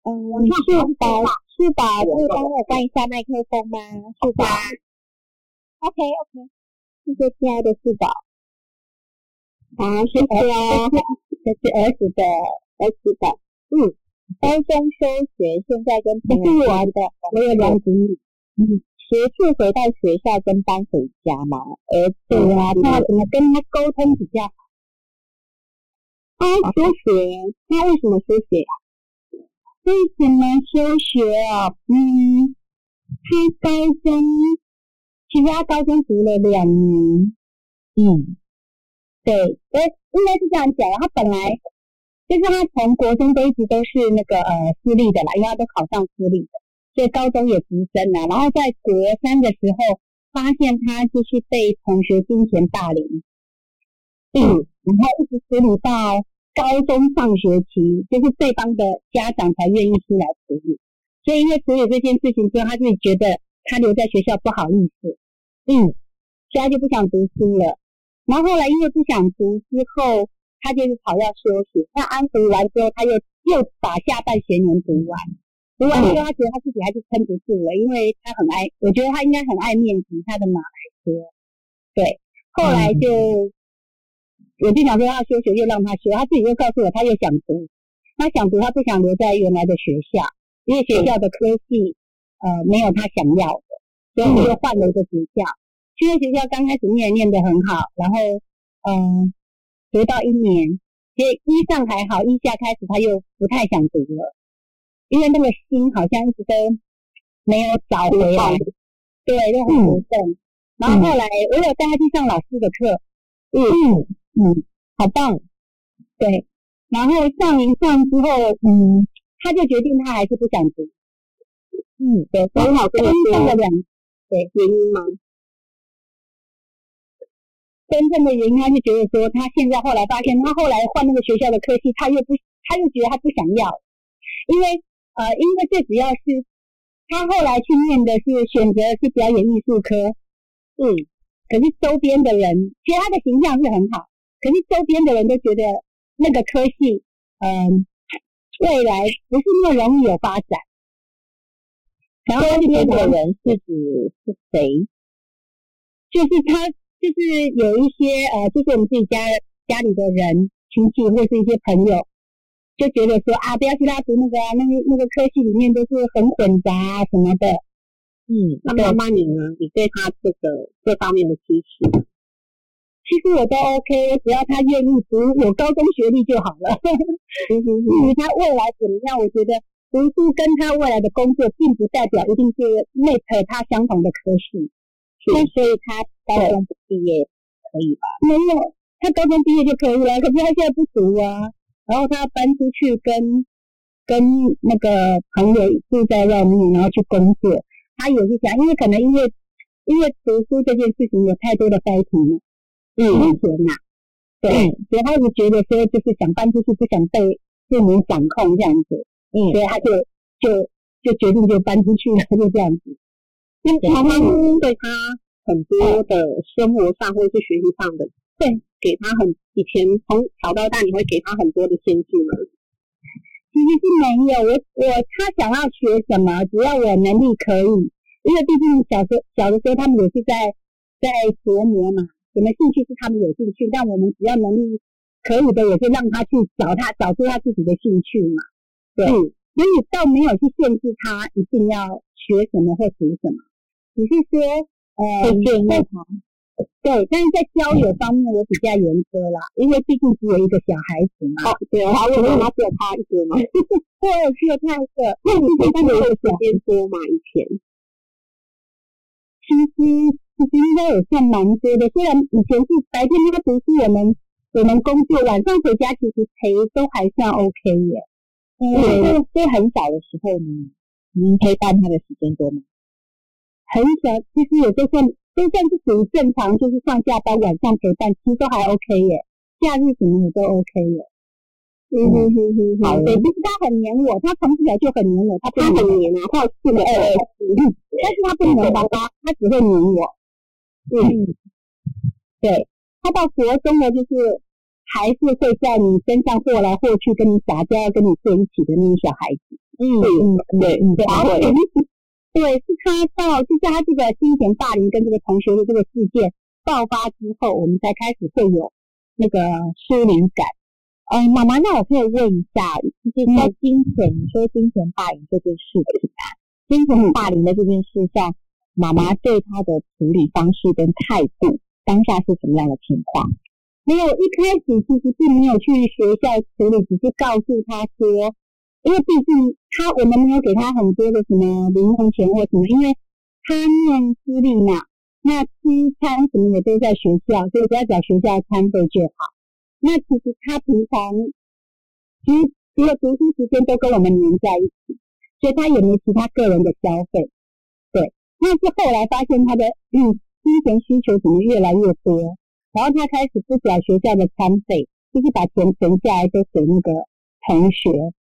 Speaker 2: 滑嗯，你是把是把是帮我关一下麦克风吗？是吧？OK OK，谢谢亲爱的四宝。啊
Speaker 1: 好，谢谢哦。
Speaker 2: 这是儿子的儿子的，嗯，高中休学，现在跟朋友玩的，我有两子女，嗯，学次回到学校跟搬回家嘛，儿子啊，
Speaker 1: 嗯
Speaker 2: 那要怎么跟他沟通比较好？啊
Speaker 1: 他休学，他为什么休学呀？
Speaker 2: 为什么休学啊？嗯，他高中，其实他高中读了两年，嗯，对，呃，应该是这样讲，他本来就是他从国中都一直都是那个呃私立的啦，因为他都考上私立的，所以高中也直升啦，然后在国三的时候发现他就是被同学金钱霸凌，嗯，然后一直处理到高中上学期，就是对方的家长才愿意出来处理。所以因为处理这件事情之后，他自己觉得他留在学校不好意思，嗯，所以他就不想读书了。然后后来因为不想读之后，他就是考要休息。那安抚完之后，他又又把下半学年读完。读完之后，他觉得他自己还是撑不住了，因为他很爱，我觉得他应该很爱面子，他的马来哥。对，后来就、我就想说他休学就让他休，他自己又告诉我他又想读，他想读他不想留在原来的学校，因为学校的科系呃没有他想要的，所以我就换了一个学校。去了学校刚开始念念得很好，然后嗯、读到一年，其实一上还好，一下开始他又不太想读了，因为那个心好像一直都没有找回来，对，就很不动。然后后来我有带他去上老师的课，
Speaker 1: 嗯
Speaker 2: 嗯，好棒，对。然后上一上之后，嗯，他就决定他还是不想读，嗯，对，所以
Speaker 1: 很好跟我
Speaker 2: 真正
Speaker 1: 说
Speaker 2: 的两对原因吗？真正的原因，他是觉得说，他现在后来发现，他后来换那个学校的科系，他又不，他又觉得他不想要，因为呃，因为最主要是他后来去念的是选择是表演艺术科，嗯，可是周边的人，其实他的形象是很好，可是周边的人都觉得那个科系，嗯、未来不是那么容易有发展。然后他就觉
Speaker 1: 那
Speaker 2: 得
Speaker 1: 个人是指是谁？
Speaker 2: 就是他就是有一些呃，就是我们自己家家里的人亲戚或是一些朋友，就觉得说啊，不要去他读那个啊，那个那个科系里面都是很混杂啊什么的。
Speaker 1: 嗯，
Speaker 2: 那妈
Speaker 1: 妈你呢？你对他这个这方面的期许？
Speaker 2: 其实我都 OK，只要他愿意读我高中学历就好了。
Speaker 1: 嗯
Speaker 2: 至于他未来怎么样，我觉得读书跟他未来的工作，并不代表一定是 mate 他相同的科系。
Speaker 1: 那
Speaker 2: 所以他
Speaker 1: 高中不毕业可以吧？
Speaker 2: 没有，他高中毕业就可以了，可是他现在不读啊。然后他搬出去跟跟那个朋友住在外面，然后去工作。他也是想，因为可能因为因为读书这件事情有太多的 fighting 了，
Speaker 1: 嗯
Speaker 2: 以前呐，对，所以他就觉得说就是想搬出去，不想被父母掌控这样子，
Speaker 1: 嗯
Speaker 2: 所以他就就就决定就搬出去了，就这样子。那
Speaker 1: 妈妈
Speaker 2: 对他很多的生活上或者是学习上的，对，给他很以前从小到大，你会给他很多的限制吗？其实是没有，我我他想要学什么，只要我能力可以，因为毕竟小时候小的时候他们也是在在琢磨嘛，什么兴趣是他们有兴趣，但我们只要能力可以的，也是让他去找他找出他自己的兴趣嘛，对，所以倒没有去限制他一定要学什么或读什么，只是说呃
Speaker 1: 会建议
Speaker 2: 在对，但是在交友方面我比较严格啦，因为毕竟只有一个小孩子嘛。哦，对，我还问他只有他一 个吗？对，只有他一个。那你一般有时间多吗？以前？其实其实应该也算蛮多的，虽然以前是白天他读书，我们我们工作，晚上回家其实陪都还算 OK 耶。
Speaker 1: 那
Speaker 2: 嗯
Speaker 1: 这这很早的时候呢，您陪伴他的时间多吗？
Speaker 2: 很小，其实也就算就算是属于正常，就是上下班晚上陪伴，其实都还 OK 耶。假日什么也都 OK 耶。嗯哼
Speaker 1: 哼
Speaker 2: 哼哼
Speaker 1: 好
Speaker 2: 对，就是他很黏我，他从小就很黏我，他不
Speaker 1: 他很
Speaker 2: 黏啊，他有四个二儿子，但是他不黏爸爸，他只会黏我。嗯，对，他到国中了，就是还是会在你身上过来过去，跟你撒娇，跟你睡一起的那种小孩子。
Speaker 1: 嗯
Speaker 2: 嗯
Speaker 1: 对
Speaker 2: 嗯，对，
Speaker 1: 他
Speaker 2: 而
Speaker 1: 会
Speaker 2: 且对，是他到就是他这个金钱霸凌跟这个同学的这个事件爆发之后，我们才开始会有那个疏离感。
Speaker 1: 呃，妈妈，那我可以问一下，就是在
Speaker 2: 嗯
Speaker 1: 金钱，你说金钱霸凌这件事情啊，
Speaker 2: 嗯
Speaker 1: 金钱霸凌的这件事上，妈妈对他的处理方式跟态度，当下是什么样的情况？
Speaker 2: 没有，一开始其实并没有去学校处理，只是告诉他说，因为毕竟他我们没有给他很多的什么零用钱或什么，因为他念私立嘛，那吃餐什么也都在学校，所以不要缴学校餐费就好。那其实他平常其实除了读书时间都跟我们黏在一起，所以他也没其他个人的消费。对，那是后来发现他的嗯金钱需求怎么越来越多。然后他开始不缴学校的餐费，就是把钱存下来都给那个同学。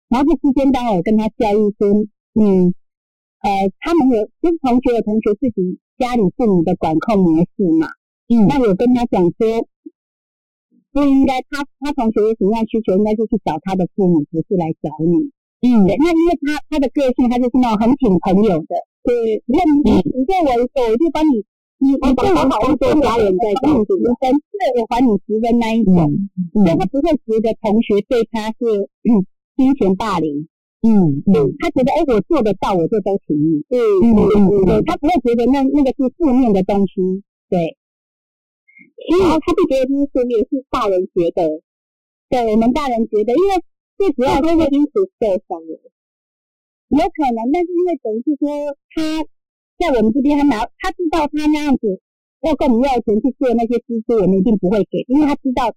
Speaker 2: 然后这期间当然有跟他教育说，嗯，呃，他们有就是同学有同学自己家里父母的管控模式嘛，
Speaker 1: 嗯
Speaker 2: 那我跟他讲说，不应该他他同学有什么样的需求，应该就去找他的父母，不是来找你。
Speaker 1: 嗯
Speaker 2: 对，那因为他他的个性，他就是那种很挺朋友的，对，那你
Speaker 1: 嗯
Speaker 2: 你对我一个，我就帮你，你你对我好一点，家人在帮你十分，对我还你十分那一种，
Speaker 1: 嗯
Speaker 2: 所以他不会觉得同学对他是金钱霸凌，嗯嗯
Speaker 1: 他觉得哎、我做得到，我就都同意。嗯
Speaker 2: 嗯嗯
Speaker 1: 对他不会觉得那那个是负面的东西。对，
Speaker 2: 嗯
Speaker 1: 然后他不觉得这是负面，是大人觉得。对我们大人觉得，因为最主要都是因此受伤了，有可能，但是因为等于是说他在我们这边，他拿他知道他那样子要跟我们要钱去做那些支出，我们一定不会给，因为他知道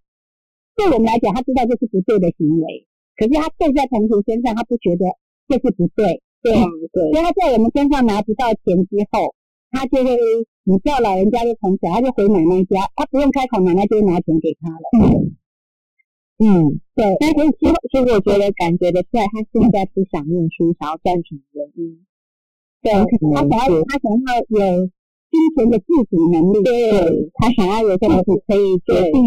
Speaker 1: 对我们来讲，他知道这是不对的行为。可是他对在同学身上，他不觉得这是不对，
Speaker 2: 对啊对
Speaker 1: 所以他在我们身上拿不到钱之后，他就会，你知道老人家就从小他就回奶奶家，他不用开口，奶奶就会拿钱给他了。
Speaker 2: 嗯，
Speaker 1: 对，
Speaker 2: 但是其实其实我觉得感觉得出来，他现在不想念书，想要赚钱的原因，
Speaker 1: 对，
Speaker 2: 有可
Speaker 1: 他
Speaker 2: 能
Speaker 1: 想要
Speaker 2: 是
Speaker 1: 他想要有金钱的自主能力，对，
Speaker 2: 他想要有这个可以决定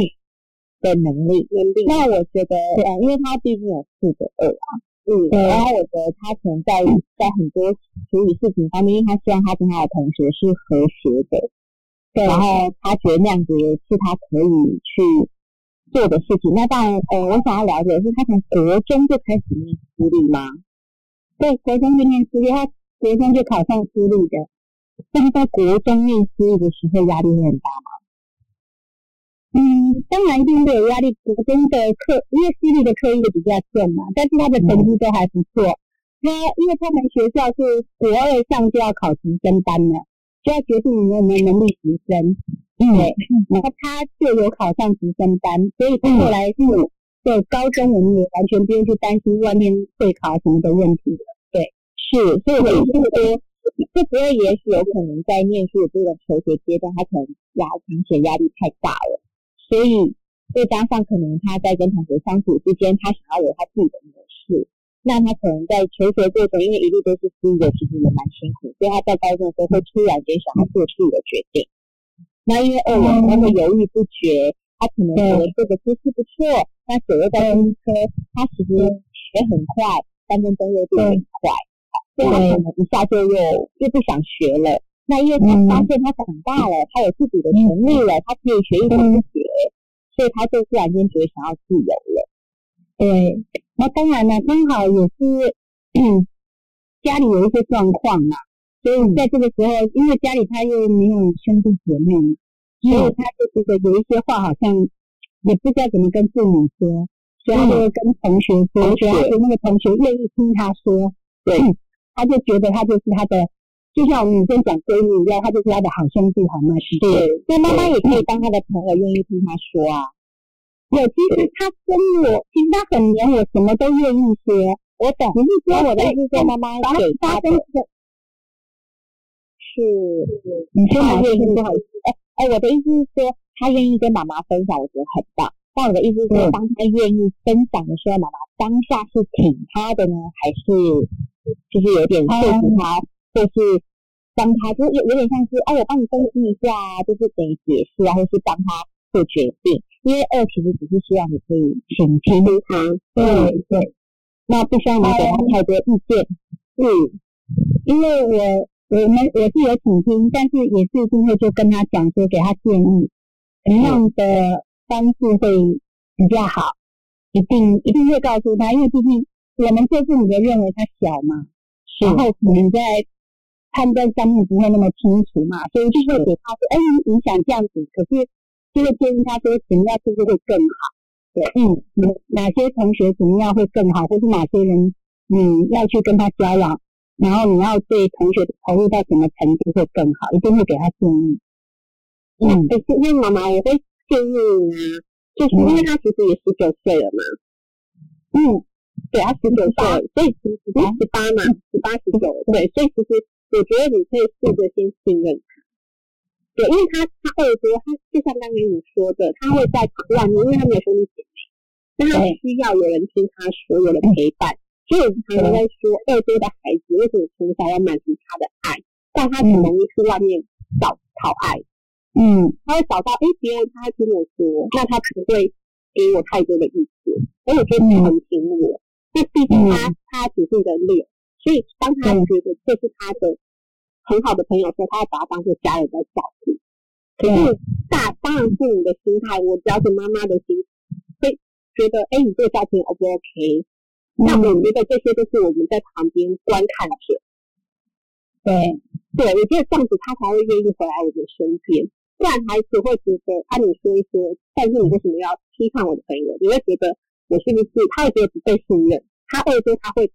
Speaker 2: 的能力。
Speaker 1: 能力，
Speaker 2: 那我觉得，呃，因为他毕竟有四个二啊，
Speaker 1: 嗯，
Speaker 2: 对，然后我觉得他可能在在很多处理事情方面，因为他希望他跟他的同学是和谐的，
Speaker 1: 对，
Speaker 2: 然后他觉得那样子是他可以去做的事情。那当然，呃，我想要了解的是，他从国中就开始念私立吗？
Speaker 1: 对，国中就念私立，他国中就考上私立的，
Speaker 2: 那他在国中念私立的时候压力会很大吗？
Speaker 1: 嗯，当然一定会有压力。国中的课，因为私立的课业比较重嘛，但是他的成绩都还不错。他因为他们学校是国二上就要考直升班了，就要决定你有没有能力直升。
Speaker 2: 嗯
Speaker 1: 对，然后他就有考上直升班，所以他后来是对高中我们也完全不用去担心外面会考什么的问题了。
Speaker 2: 是，所以我就说，会不会也许有可能在念书的这个求学阶段，他可能压同学压力太大了，所以再加上可能他在跟同学相处之间，他想要有他自己的模式，那他可能在求学过程，因为一路都是私立的，其实也蛮辛苦，所以他在高中的时候会突然间想要做自己的决定。那因为二我他会犹豫不决，他可能觉得这个知识不错，那左右在分科，他其实学很快，三分钟热度很快。所以他可能一下就又又不想学了。那因为他发现他长大了，他有自己的权利了，他可以学一些东西，所以他就突然间觉得想要自由了。
Speaker 1: 对，那当然了，刚好也是 家里有一些状况嘛，所
Speaker 2: 嗯
Speaker 1: 以在这个时候，因为家里他又没有兄弟姐妹嘛，所
Speaker 2: 嗯
Speaker 1: 以他就觉得有一些话好像也不知道怎么跟父母说，所以他就跟同学说，
Speaker 2: 嗯同学
Speaker 1: 所以他就那个同学愿意听他说，
Speaker 2: 对
Speaker 1: 他就觉得他就是他的，就像我们女生讲闺蜜一样，他就是他的好兄弟、好妹妹。
Speaker 2: 对，
Speaker 1: 所以妈
Speaker 2: 妈
Speaker 1: 妈
Speaker 2: 妈
Speaker 1: 也
Speaker 2: 也
Speaker 1: 可
Speaker 2: 可
Speaker 1: 以
Speaker 2: 以当他的朋友，愿意听他说啊。
Speaker 1: 对，其实他跟我，其实他很黏我，什么都愿意学。我懂，只是
Speaker 2: 那
Speaker 1: 说
Speaker 2: 我的意思是说，
Speaker 1: 在
Speaker 2: 妈妈
Speaker 1: 发
Speaker 2: 给
Speaker 1: 发
Speaker 2: 他的
Speaker 1: 生的
Speaker 2: 是，
Speaker 1: 你说
Speaker 2: 他
Speaker 1: 哪
Speaker 2: 愿
Speaker 1: 件
Speaker 2: 意
Speaker 1: 事
Speaker 2: 不好意思，哎哎，我的意思是说，他愿意跟妈妈分享，我觉得很棒。但我的意思是说，
Speaker 1: 嗯
Speaker 2: 当他愿意分享的时候，妈妈当下是挺他的呢，还是就是有点说服他，或是帮他，就是有有点像是，哎，我帮你分析一下啊，就是等于解释啊，或是帮他做决定。因为二其实只是希望你可以倾听他，
Speaker 1: 对对，
Speaker 2: 那不希望你给他太多意见。嗯，
Speaker 1: 因为我我们我是有倾听，但是也是一定会就跟他讲说，给他建议，什么样的方式会比较好，一定一定会告诉他，因为毕竟我们做父母的认为他小嘛，
Speaker 2: 然
Speaker 1: 然
Speaker 2: 后
Speaker 1: 后可能在判断上面不会那么清楚嘛，所以就会给他说，哎，你你想这样子，可是就会建议他说怎么样是不是会更好？对，嗯，哪哪些同学怎么样会更好，或是哪些人你要去跟他交往，然后你要对同学投入到什么程度会更好，一定会给他建
Speaker 2: 嗯
Speaker 1: 议。嗯，
Speaker 2: 可是那妈妈也会建议你啊，就是因为她其实也十九岁了嘛，
Speaker 1: 嗯，
Speaker 2: 对，她十九岁，所以其实十八嘛，十八十九岁，所以其实我觉得你可以试着先信任她，对，因为她她二十多，她就像刚才你说的，她会在外面，因为她没有兄弟姐妹，那她
Speaker 1: 对
Speaker 2: 需要有人听她说，有人陪伴。所以我们常常在说，二多的孩子为什么从小要满足他的爱，但他很容易去外面找讨爱。
Speaker 1: 嗯，
Speaker 2: 他会找到，哎，别人他听我说，那他不会给我太多的意见，而我觉得他很听我。那毕竟他他只是一个六，所以当他
Speaker 1: 嗯
Speaker 2: 觉得这是他的很好的朋友的时候，他要把他当做家人在照顾。可
Speaker 1: 对
Speaker 2: 是大当然父母的心态，我了解妈妈的心，会觉得，哎，你这个照片 O 不 OK？
Speaker 1: 那我觉得这些都是我们在旁边观看者，
Speaker 2: 对，
Speaker 1: 对我觉得这样子他才会愿意回来我的身边，不然孩子会觉得啊你说一说，但是你为什么要批判我的朋友？你会觉得我是不是？他会觉得不被信任，他会说他会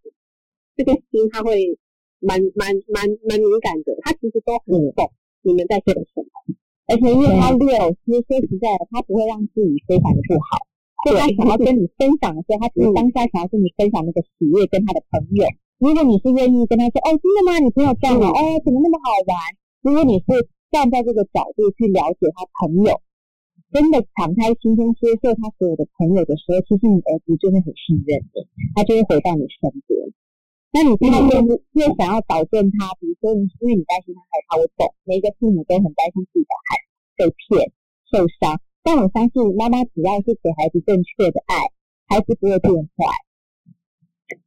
Speaker 1: 这个心他会蛮蛮蛮蛮敏感的，他其实都很懂你们在说什么。
Speaker 2: 而且因为他
Speaker 1: 嗯对
Speaker 2: 六，其实说实在的，他不会让自己非常的不好。所以他
Speaker 1: 对
Speaker 2: 想要跟你分享的时候，他只是
Speaker 1: 嗯
Speaker 2: 当下想要跟你分享那个喜悦跟他的朋友。如果你是愿意跟他说，哦，真的吗？你朋友这样哦，哦，怎么那么好玩？如果你是站在这个角度去了解他朋友，真的敞开心胸接受他所有的朋友的时候，其实你儿子就会很信任你，他就会回到你身边。那你现在越越想要保证他，比如说你因为你担心他害怕，我懂，每一个父母都很担心自己的孩子被骗、受伤。但我相信妈妈只要是给孩子正确的爱，孩子不会变坏。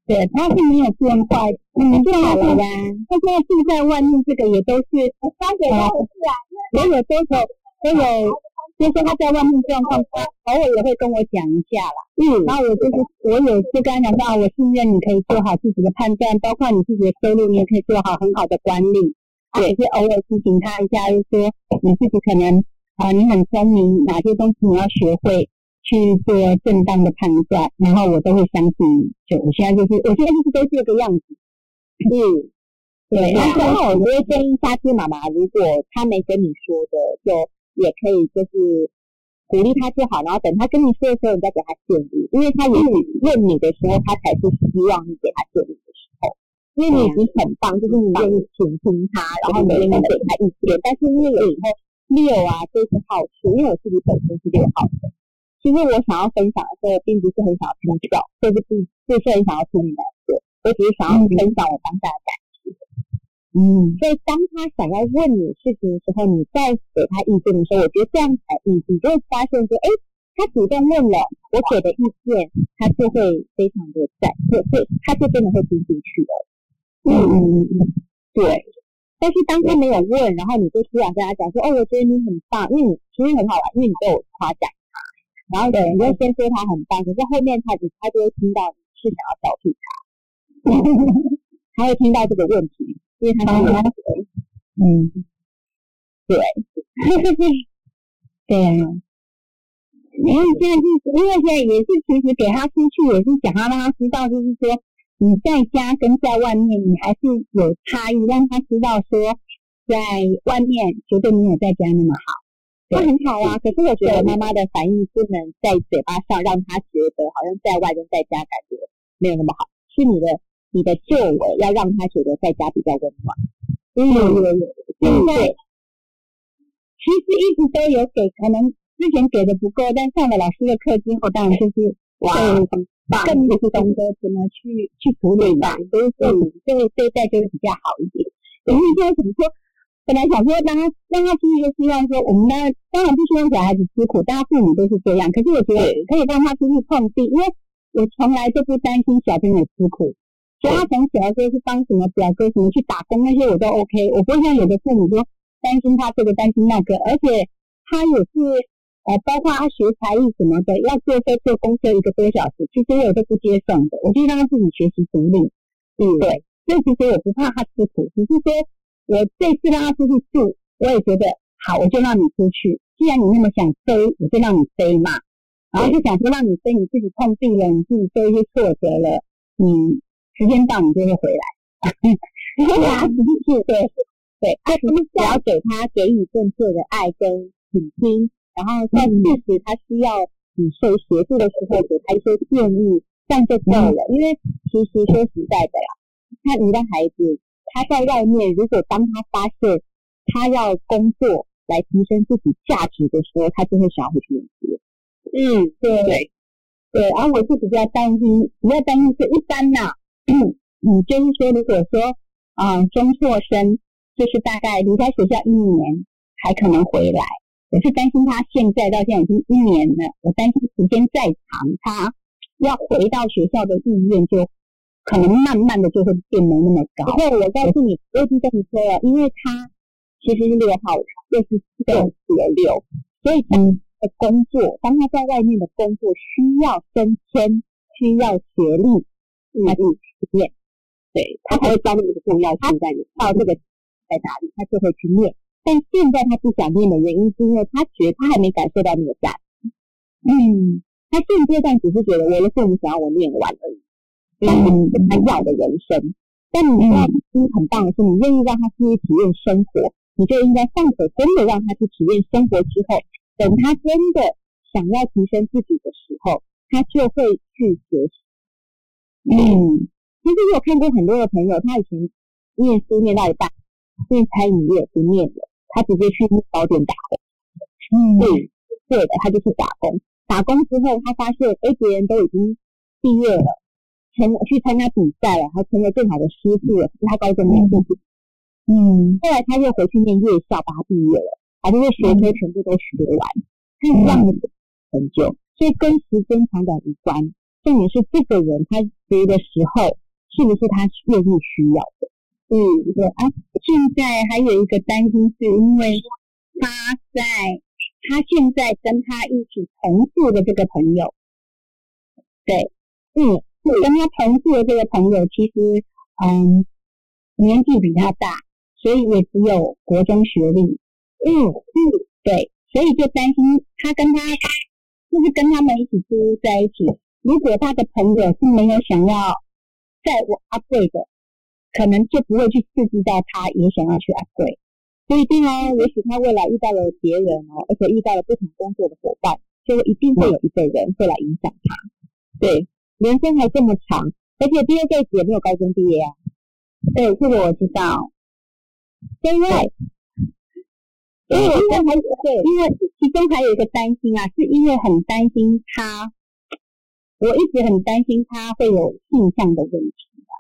Speaker 2: 对，他是没有变坏，嗯，对啊，对啊。他现在住在外面，这个也都是，他也都是啊，我有都有都有，就是说他在外面状况，他偶尔也会跟我讲一下啦。
Speaker 1: 嗯
Speaker 2: 然后我就是我有就跟他讲到，我信任你可以做好自己的判断，包括你自己的收入，你也可以做好很好的管理。也是偶尔提醒他一下，就是说你自己可能啊、你很聪明，哪些东西你要学会去做正当的判断，然后我都会相信你。就我现在就是，我现在就是都是这个样子。
Speaker 1: 嗯，
Speaker 2: 对，
Speaker 1: 然
Speaker 2: 然
Speaker 1: 后
Speaker 2: 后我就会建议家庭妈妈，如果她没跟你说的，就也可以就是鼓励她就好，然后等她跟你说的时候，你再给她建议，因为她也许问你的时候，她才是希望你给她建议的时候。因为你已经很棒，就是你愿意倾听她，然后你愿意给她意见。但是因为有时候六啊，这是好处，因为我自己本身是六号的。其实我想要分享的时候，并不是很想要听教，或是不不是很想要听你来说，我只是想要分享我当下的感觉。嗯，所以当他想要问你事情的时候，你再给他意见的时候，我觉得这样才你你就会发现说，哎，他主动问了，我给的意见，他就会非常的在，会会他就真的会听进去了。嗯嗯嗯，对。但是当他没有问，然后你就突然跟他讲说，哦，我觉得你很棒，因为你其实很好玩，因为你被我夸奖他，然后你就先说他很棒，可是后面他就他就会听到你是想要挑剔他，他会听到这个问题，因为他是
Speaker 1: 哦
Speaker 2: 嗯，对，对啊。因为现在是，因为现在也是，其实给他出去也是想要让他知道，就是说你在家跟在外面，你还是有差异，让他知道说在外面绝对没有在家那么好。那很好啊，可是我觉得妈妈的反应不能在嘴巴上让他觉得好像在外跟在家感觉没有那么好，是你的你的作为要让他觉得在家比较温暖。
Speaker 1: 嗯
Speaker 2: 有有，现在其实一直都有给，可能之前给的不够，但上了老师的课之后，当然就是
Speaker 1: 哇，
Speaker 2: 更
Speaker 1: 棒，
Speaker 2: 更懂得怎么去去处理吧，所以说对对待就会比较好一点。可是现在怎么说？本来想说让他让他出去，就希望说我们当然当然不希望小孩子吃苦，大家父母都是这样。可是我觉得
Speaker 1: 对
Speaker 2: 可以让他出去碰壁，因为我从来就不担心小朋友吃苦。所以他从小说是帮什么表哥什么去打工那些我都 OK，我不会像有的父母说担心他这个担心那个，而且他也是呃，包括他学才艺什么的，要坐车坐公车一个多小时，其实我都不接送的，我就让他自己学习独立。
Speaker 1: 嗯
Speaker 2: 对所以其实我不怕他吃苦，只是说我这次让他出去住，我也觉得好，我就让你出去。既然你那么想飞，我就让你飞嘛。然后就想说让你飞，你自己碰壁了，你自己受一些挫折了，你时间到你就会回来。 对啊，只是对对，啊，只是只要给他给予正确的爱跟倾听，然后在适时他需要你受协助的时候，给他一些建议，这样就够了。因为其实说实在的啦，他一个孩子他在外面，如果当他发现他要工作来提升自己价值的时候，他就会想要回去念书。
Speaker 1: 嗯，对
Speaker 2: 对对，然后我是比较担心，比较担心是一般呐、 嗯，就是说如果说啊、呃中辍生，就是大概离开学校一年，还可能回来。我是担心他现在到现在已经一年了，我担心时间再长，他要回到学校的意愿就可能慢慢的就会变没那么高。然后我告诉你，我已经跟你说了，因为他其实是六号人，又是四个六，所以他的工作，当他在外面的工作需要升迁，需要学历，
Speaker 1: 嗯
Speaker 2: 他
Speaker 1: 嗯，
Speaker 2: 念，对
Speaker 1: 他
Speaker 2: 他
Speaker 1: 才会知道那个重要性在哪。
Speaker 2: 到这个在哪里，他就会去念。但现在他不想念的原因，是因为他觉得他还没感受到那个价值。嗯，他现阶段只是觉得我的父母想要我念完而已，嗯，他要的人生。但你知道，嗯、很棒的是，你愿意让他去体验生活，你就应该放手，真的让他去体验生活之后，等他真的想要提升自己的时候，他就会去学习。嗯，其实我有看过很多的朋友，他以前念书念到一半，念餐饮业不念了，他直接去早点打工。嗯，对，对的，他就去打工。打工之后，他发现，哎，别人都已经毕业了，参去参加比赛了，还成了更好的师傅了，是他高中没兴趣。嗯，后来他又回去念夜校，把他毕业了，把这些学科全部都学完，他有这样的成就。所以跟时间长短无关，重点是这个人他学的时候是不是他愿意需要的。嗯，对啊。现在还有一个担心是因为他在他现在跟他一起同住的这个朋友，对，嗯，跟他同住的这个朋友其实嗯年纪比他大，所以也只有国中学历。嗯嗯，对，所以就担心他跟他就是跟他们一起住在一起，如果他的朋友是没有想要再往 upgrade 的，可能就不会去刺激到他也想要去 upgrade。不一定哦，也许他未来遇到了别人哦，而且遇到了不同工作的伙伴，就一定会有一个人会来影响他。对，人生还这么长，而且第二辈子也没有高中毕业啊。对，这个我知道。对不对？所以我现在还对，因为其中还有一个担心啊，是因为很担心他，我一直很担心他会有性向的问题啊。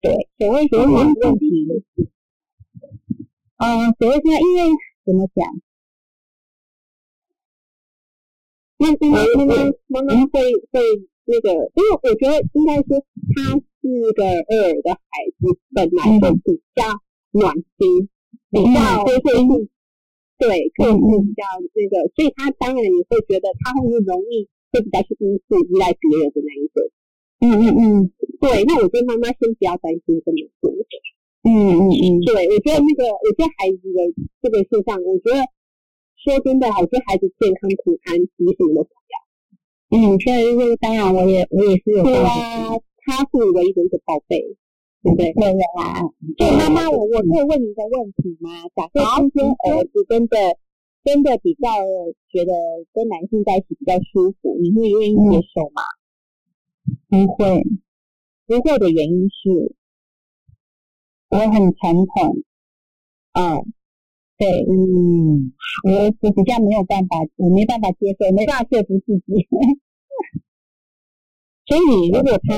Speaker 2: 对，所谓性向问题，嗯、所谓性向，因为怎么讲？那因为因为
Speaker 1: 妈妈会会那个，因为我觉得应该说他是个二的孩子，本来就比较暖心，比较
Speaker 2: 嗯
Speaker 1: 就是对，可
Speaker 2: 嗯
Speaker 1: 以
Speaker 2: 嗯
Speaker 1: 比较那个，所以他当然你会觉得他会不会容易会比较去依附依赖别人的那一种。
Speaker 2: 嗯嗯嗯
Speaker 1: 对，那我觉得妈妈先不要担心这么多。
Speaker 2: 嗯嗯嗯，
Speaker 1: 对，我觉得那个，我觉得孩子的这个现象，我觉得说真的，我觉得孩子健康平安比什么都
Speaker 2: 嗯，所以这个当然我也我也是有这
Speaker 1: 重要。
Speaker 2: 样
Speaker 1: 啊，他是唯一的一个宝贝，对不对？
Speaker 2: 对啊，对妈妈，我我可以问你一个问题吗？假设今天儿子真的真的比较觉得跟男性在一起比较舒服，你会愿意接受吗？不会，不会的原因是我很传统，嗯，对，嗯，我我比较没有办法，我没办法接受，没办法说服自己。所以如果他，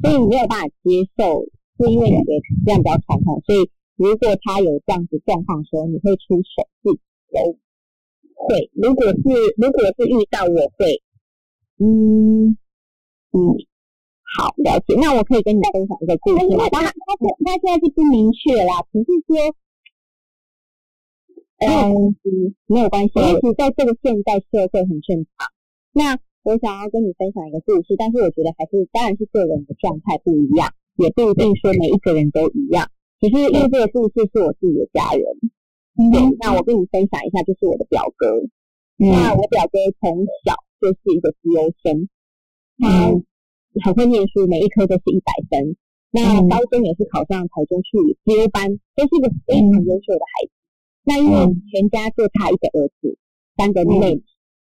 Speaker 2: 所以你没有办法接受，是因为你的这样比较传统，所以如果他有这样子状况的时候，你会出手是有会。如果是如果是遇到我会，嗯嗯，好了解。那我可以跟你分享一个故事吗？当然，他现他现在是不明确啦，只是说。嗯，没有关系，也许在这个现代社会很正常。那我想要跟你分享一个故事，但是我觉得还是当然是个人的状态不一样，也不一定说每一个人都一样。只是因为这个故事是我自己的家人，对，
Speaker 1: 嗯
Speaker 2: 那我跟你分享一下，就是我的表哥。那我表哥从小就是一个资优生，他
Speaker 1: 嗯
Speaker 2: 很会念书，每一科都是一百分。那
Speaker 1: 嗯
Speaker 2: 高中也是考上台中去资优班，都是一个非常优秀的孩子。那因为
Speaker 1: 嗯
Speaker 2: 全家就他一个儿子，三个妹妹，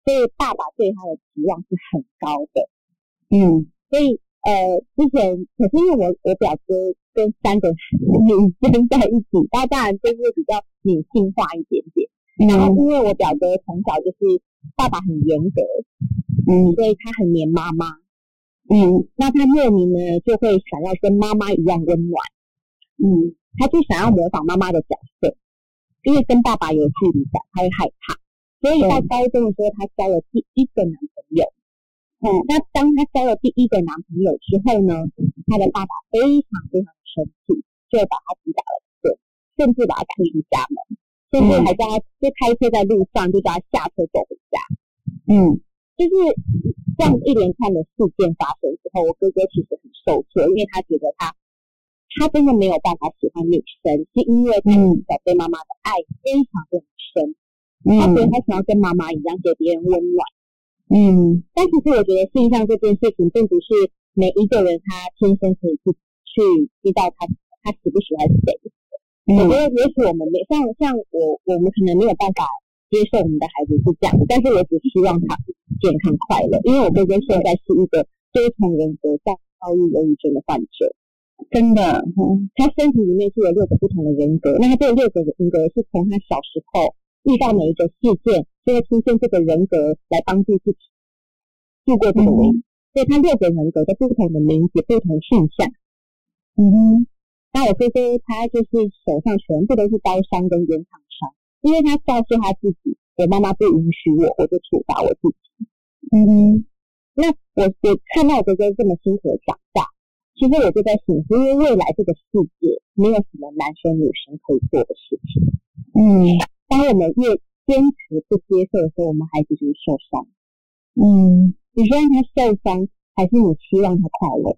Speaker 2: 所以爸爸对他的期望是很高的。嗯，所以呃，之前可是因为我我表哥跟三个女生在一起，他当然就是比较女性化一点点。然
Speaker 1: 嗯
Speaker 2: 后因为我表哥从小就是爸爸很严格，嗯，所以他很黏妈妈，嗯，那他莫名呢就会想要跟妈妈一样温暖，嗯，他就想要模仿妈妈的角色，因为跟爸爸有距离感，他会害怕，所以到高中的时候，他交了第一个男朋友。嗯，那当他交了第一个男朋友之后呢，他的爸爸非常非常生气，就把他击打了一顿，甚至把他赶出家门。甚至还叫他就开车在路上就叫他下车走回家。嗯，就是这样一连串的事件发生之后，我哥哥其实很受挫，因为他觉得他他真的没有办法喜欢女生，是因为他从小对妈妈的爱非常的深，他觉得他想要跟妈妈一样给别人温暖。
Speaker 1: 嗯
Speaker 2: 但其实我觉得性向这件事情，并不是每一个人他天生可以去去知道他他喜不喜欢谁。我觉
Speaker 1: 嗯
Speaker 2: 得也许我们没像像我我们可能没有办法接受我们的孩子是这样，但是我只希望他健康快乐，因为我哥哥现在是一个多重人格障躁郁忧郁症的患者，
Speaker 1: 真的，嗯
Speaker 2: 他身体里面是有六个不同的人格，那他这六个人格是从他小时候遇到每一个事件，就会出现这个人格来帮助自己度过这个危机，所以他六个人格都不同的名字、不同性向。
Speaker 1: 嗯哼
Speaker 2: 那我哥哥他就是手上全部都是刀伤跟原厂伤，因为他告诉他自己，我妈妈不允许我，我就处罚我自己。
Speaker 1: 嗯哼
Speaker 2: 那我我看到我哥哥这么辛苦的长大，其实我就在想，因为未来这个世界没有什么男生女生可以做的事情。
Speaker 1: 嗯
Speaker 2: 当我们越坚持不接受的时候，我们孩子就会受伤。
Speaker 1: 嗯，
Speaker 2: 你希望他受伤，还是你希望他快乐？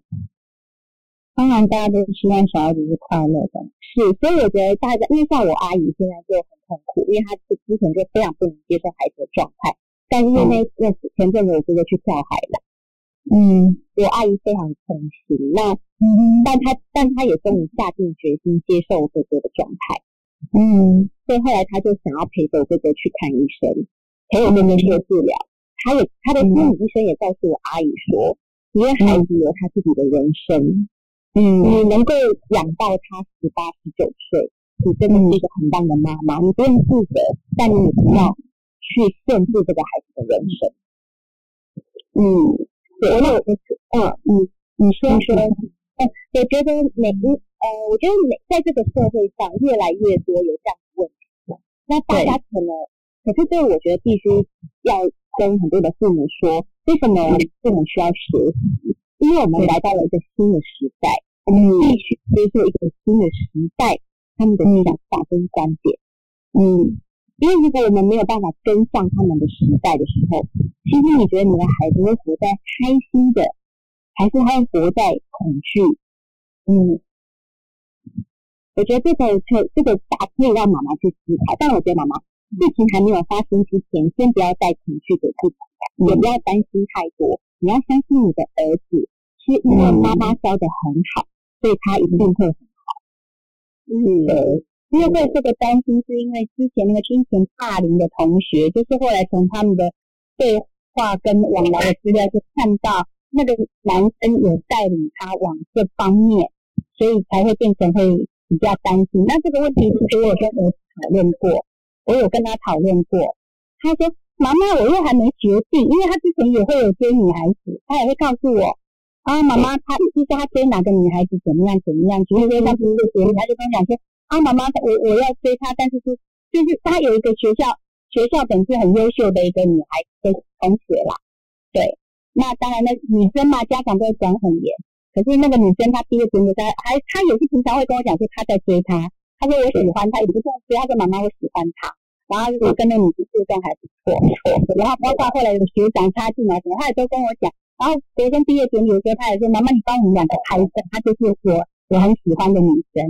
Speaker 1: 当然大家都希望小孩子是快乐的，
Speaker 2: 是，所以我觉得大家，因为像我阿姨现在就很痛苦，因为她之之前就非常不能接受孩子的状态，但是因为那那时前阵子我哥哥去跳海了，
Speaker 1: 嗯
Speaker 2: 我阿姨非常痛心。那
Speaker 1: 嗯
Speaker 2: 但她但她也终于下定决心接受我哥哥的状态，
Speaker 1: 嗯
Speaker 2: 所以后来她就想要陪着我哥哥去看医生，陪我哥哥做治疗。她也她的心理医生也告诉我阿姨说，因为孩子有他自己的人生，
Speaker 1: 嗯
Speaker 2: 你能够养到他十八、十九岁，你真的是一个很棒的妈妈，你不用负责，但你也不要去限制这个孩子的人生。
Speaker 1: 嗯，
Speaker 2: 对，我有，嗯嗯，
Speaker 1: 你说
Speaker 2: 你说，嗯，我觉得每一呃，我觉得每在这个社会上越来越多有这样的问题了，那大家可能，可是对我觉得必须要跟很多的父母说，为什么我们父母需要学习？因为我们
Speaker 1: 对
Speaker 2: 来到了一个新的时代。
Speaker 1: 嗯
Speaker 2: 必须接受一个新的时代，他们的
Speaker 1: 嗯
Speaker 2: 想法跟观点。
Speaker 1: 嗯
Speaker 2: 因为如果我们没有办法跟上他们的时代的时候，其实你觉得你的孩子会活在开心的，还是他会活在恐惧？
Speaker 1: 嗯
Speaker 2: 我觉得这个可以这个大可以让妈妈去思考，但我觉得妈妈事情还没有发生之前，先不要带恐惧给自己，也不要担心太多，你要相信你的儿子是因为妈妈教的很好，所以他一定会很呃
Speaker 1: 嗯
Speaker 2: 对，
Speaker 1: 因为会这个担心，是因为之前那个金钱霸凌的同学，就是后来从他们的对话跟往来的资料就看到，那个男生有带领他往这方面，所以才会变成会比较担心。那这个问题其实我有跟儿子讨论过，我有跟他讨论过，他说：“妈妈，我又还没决定，因为他之前也会有追女孩子，他也会告诉我。”啊，妈妈，他就是他追哪个女孩子怎么样怎么样，就是说他不是学历，他就跟我讲说，啊，妈妈，我我要追她，但是是就是她有一个学校学校本是很优秀的一个女孩的同学啦，对，那当然那女生嘛，家长都会管很严，可是那个女生她毕业前的她还她也是平常会跟我讲说她在追她，她说我喜欢她，也不是在追，她说妈妈我喜欢她。然后我跟那女生互动还不错，然后包括后来有学长插进来什么，他也都跟我讲。然后国中毕业典礼的时候，他也说：“妈妈，你帮我们两个拍一下，她就是我我很喜欢的女生。”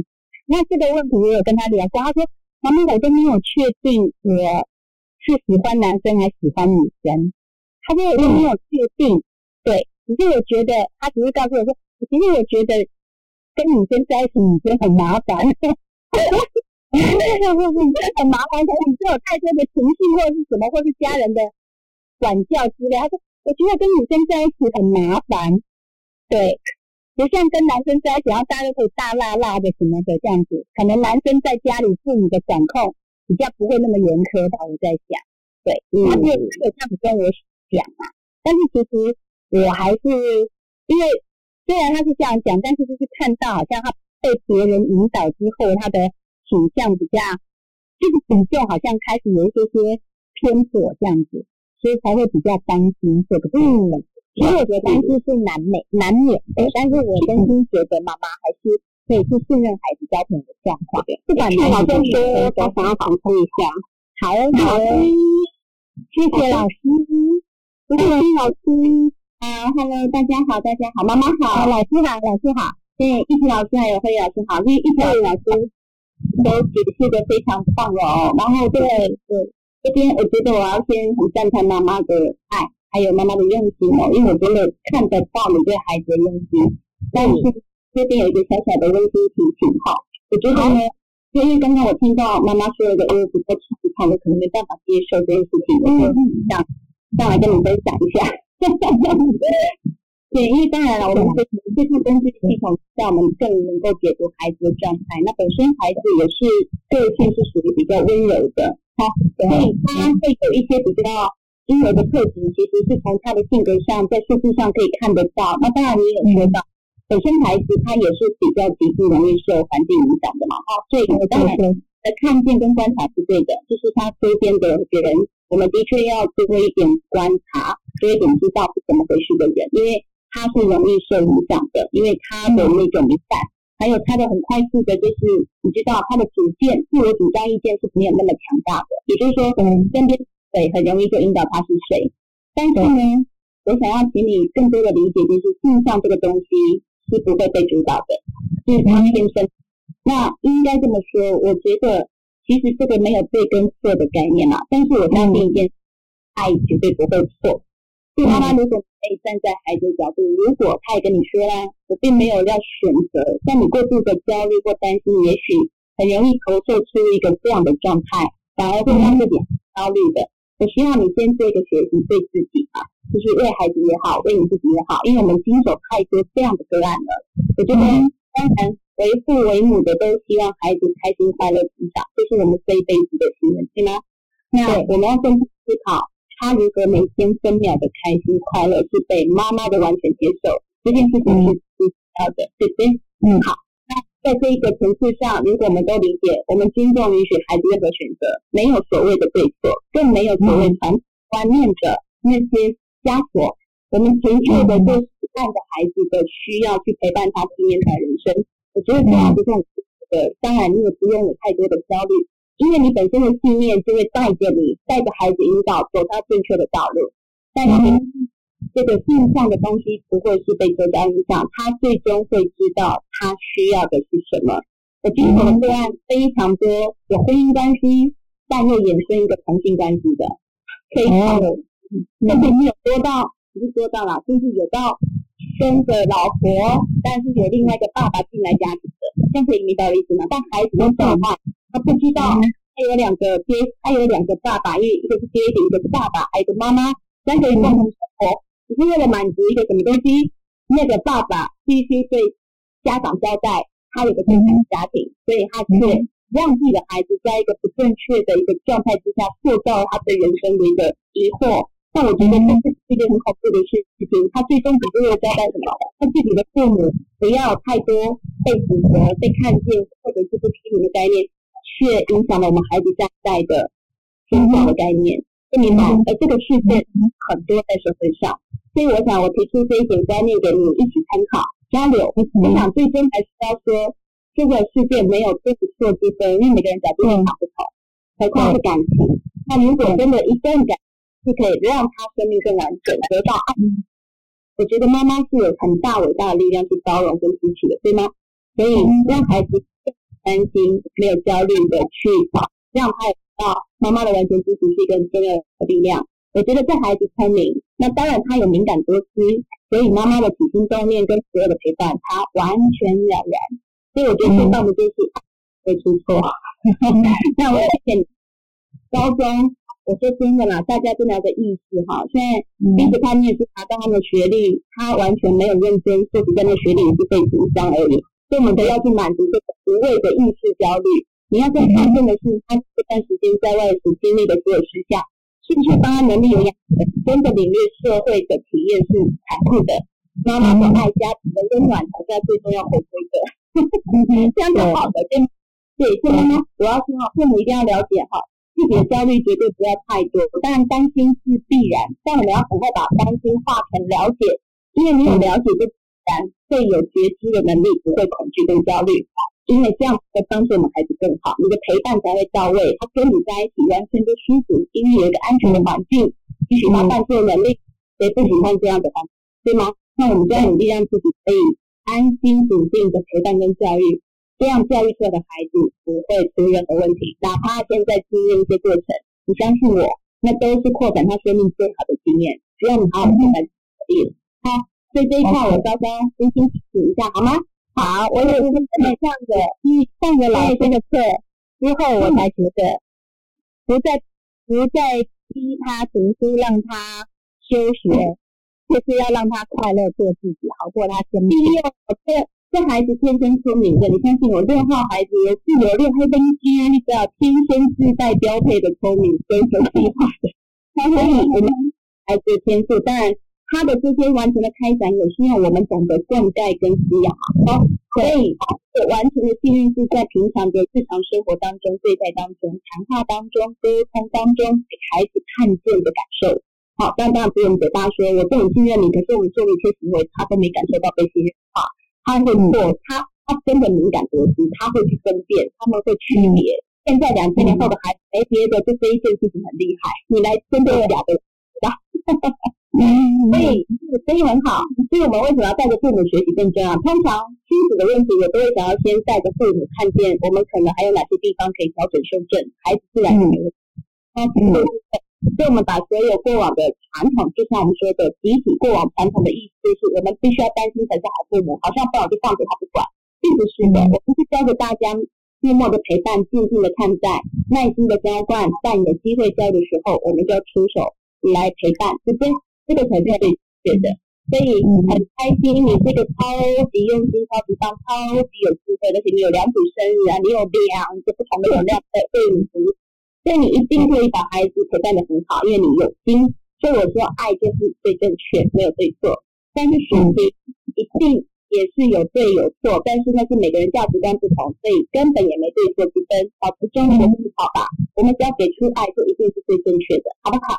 Speaker 1: 那这个问题我有跟他聊过，他说：“妈妈，我都没有确定我是喜欢男生还是喜欢女生。”他说：“我都没有确定，对，只是我觉得他只是告诉我说，其实我觉得跟女生在一起，女生很麻烦。” 女生很麻烦，可是你有太多的情绪或是什么，或是家人的管教之类。他说：“我觉得跟女生在一起很麻烦，对，不像跟男生在一起，然后大家都可以大辣辣的什么的这样子。可能男生在家里父母的管控比较不会那么严苛吧，我在想，对，
Speaker 2: 嗯
Speaker 1: 他就有这样子跟我讲嘛。但是其实我还是因为虽然他是这样讲，但是就是看到好像他被别人引导之后，他的倾向比较就是比重好像开始有一些些偏左这样子，所以才会比较担心这个部分。
Speaker 2: 嗯
Speaker 1: 其实我觉得担心是难免难免
Speaker 2: 哎
Speaker 1: 的，但是我真心觉得妈妈还是可以去信任孩子交朋友的状况，不管
Speaker 2: 那哎老
Speaker 1: 男
Speaker 2: 师
Speaker 1: 生
Speaker 2: 说，
Speaker 1: 多
Speaker 2: 我想要补充一下，
Speaker 1: 好哦，好哦，谢谢老师，
Speaker 2: 谢谢老师。啊，Hello，大家好，大家好，妈妈好，
Speaker 1: 老师好，老师好，
Speaker 2: 对，一直老师还有慧宇老师好，因为一直老师都解释的非常棒哦。然后对对，这边我觉得我要先很赞叹妈妈的爱，还有妈妈的用心哦，因为我真的看得到你对孩子的用心。但是这边有一个小小的温馨提醒哈，我觉得呢，因为刚刚我听到妈妈说了一个，因为不在职场，我可能没办法接受这件事情，我
Speaker 1: 嗯
Speaker 2: 就想上来跟你分享一下。 对，因为当然了，我们这这套工具系统让我们更能够解读孩子的状态。那本身孩子也是个性是属于比较温柔的，好，所以他会有一些比较温柔的特质，其实是从他的性格上，在数据上可以看得到。那当然你也说到，本身孩子他也是比较极度容易受环境影响的嘛，哈，所以当然的看见跟观察是对的，就是他周边的人，我们的确要多一点观察。所以点知道是怎么回事的人，因为他是容易受影响的，因为他的那种敏感，还有他的很快速的，就是你知道他的主见、自我主张意见是没有那么强大的，也就是说，嗯，身边谁很容易就引导他是谁。但是呢，我想要请你更多的理解，就是镜像这个东西是不会被主导的，是他天生。那应该这么说，我觉得其实这个没有对跟错的概念啦，但是我相信一件，爱绝对不会错。所以妈妈如果可以站在孩子的角度，如果他也跟你说啦，我并没有要选择，但你过度的焦虑或担心，也许很容易投射出一个这样的状态，反而会让自己焦虑的。我希望你先做一个学习，对自己啊，就是为孩子也好，为你自己也好，因为我们经手太多这样的个案了。我觉得，当然为父为母的都希望孩子开心快乐成长，这是我们这一辈子的心愿，对吗？那我们要更思考。他如何每天分秒的开心快乐是被妈妈的完全接受，这件事情是是要的，对不对？
Speaker 1: 嗯，
Speaker 2: 好。那在这一个层次上，如果我们都理解，我们尊重允许孩子任何选择，没有所谓的对错，更没有所谓传观念着那些枷锁。我们纯粹的就是按着孩子的需要去陪伴他体验他人生。我觉得这样就是我的，当然你也不用有太多的焦虑。因为你本身的信念就会带着你，带着孩子引导走他正确的道路。但是
Speaker 1: 嗯
Speaker 2: 这个镜像的东西不会是被周遭影响，他最终会知道他需要的是什么。我经手的个案非常多，有婚姻关系，但又衍生一个同性关系的，非常多。
Speaker 1: 嗯
Speaker 2: 甚至你有多到不是多到啦，就是有到生个老婆，但是有另外一个爸爸进来家庭的，这样可以明白我意思吗？但孩子的转换。他不知
Speaker 1: 嗯
Speaker 2: 道他有两个爹，他有两个爸爸，因为一个是爹爹，一个是爸爸，还有一个妈妈，三个人共同生活，只是为了满足一个什么东西。那个爸爸必须对家长交代，他有个正常家庭，所以他却让自己的孩子在一个不正确的一个状态之下，塑造了他对人生的一个疑惑。但我觉得这是一件很恐怖的事情。他最终只是为了交代什么？他自己的父母不要太多被指责、被看见，或者是被批评的概念。却影响了我们孩子下一代的成长的概念，不明白。而这个事件很多在社会上，所以我想我提出这一点观念给你一起参考交流。我想最终还是要说，这个世界没有对错之分，因为每个人角度立场不同，何况是感情。那如果真的一段感是可以让他生命更完整，得到爱，我觉得妈妈是有很大伟大的力量去包容跟支持的，对吗？所以让孩子。担心没有焦虑的去让他知道妈妈的完全支持是一个很重要的力量。我觉得这孩子聪明，那当然他有敏感多思，所以妈妈的起心动念跟所有的陪伴，他完全了然。所以我觉得最棒的就是会出错。那我谢谢高中，我说真的啦，大家真的要个意识哈。现在
Speaker 1: 嗯
Speaker 2: 逼着他念书，拿到他们的学历，他完全没有认真，说实在，那学历也是被影响而已。所以我们都要去满足这个无谓的意识焦虑。你要更看重的是他这段时间在外所经历的所有事项，是不是帮他能力有养成，真的领略社会的体验是残酷的。妈妈的爱、家庭的温暖才是最重要回归的。这样就好的，对吗？对，所以妈妈主要是哈，父母一定要了解哈，自己的焦虑绝对不要太多。当然担心是必然，但我们要赶快把担心化成了解，因为你有了解就。然会有觉知的能力，不会恐惧跟焦虑，因为这样会帮助我们孩子更好，你的陪伴才会到位，他跟你在一起完全都舒服，因为有一个安全的环境，允许他犯错的能力，谁不喜欢这样的环境？对吗？那我们就要努力让自己可以安心笃定的陪伴跟教育，这样教育出来的孩子不会出任何问题。哪怕现在经验一些过程，你相信我，那都是扩展他生命最好的经验。只要你好好陪伴，可以了。好，所以这一块我稍稍真心提醒一下，好吗？
Speaker 1: 好，我也是上着上着老师的课之后，我才觉得不再不再逼他读书，让他休学，就是要让他快乐做自己，好过他生
Speaker 2: 第
Speaker 1: 命。
Speaker 2: 六，这这孩子天生聪明的，你相信我，六号孩子也是有六黑灯区啊那个天生自带标配的聪明跟有计划的。所以我们孩子的天赋，当然他的这些完全的开展，也需要我们懂得灌溉跟滋养嘛。哦，所以这完全的幸运是在平常的日常生活当中、对待当中、谈话当中、沟通当中，给孩子看见的感受。好，但当然不用嘴巴说，我对你信任你，可是我们做了一些行为，他都没感受到被信任的话，他会错，他他真的敏感多疑，他会去分辨，他们会区别。现在两千年后的孩子，哎，别的就这一件事情很厉害，你来针对假的，所以所以很好。所以我们为什么要带着父母学习更重要？通常亲子的问题，我都会想要先带着父母看见我们可能还有哪些地方可以调整修正，孩子自然就没问题。那这个部分所以我们把所有过往的传统，就像我们说的集体过往传统的意思，就是我们必须要担心才是好父母，好像不好就放着他不管，并不是的。我们是教着大家默默的陪伴、静静的看待、耐心的浇灌，在你有机会教育的时候，我们就要出手来陪伴，对不对？这个才是最对的。所以很开心，你这个超级用心、超级棒、超级有智慧，而且你有两组生日啊，你有两个不同的能量在为你服务所以你一定可以把孩子陪伴的很好，因为你有心。所以我说，爱就是最正确，没有对错。但是属于一定也是有对有错，但是那是每个人价值观不同，所以根本也没对错之分，保持中立的思考吧。我们只要给出爱，就一定是最正确的，好不好？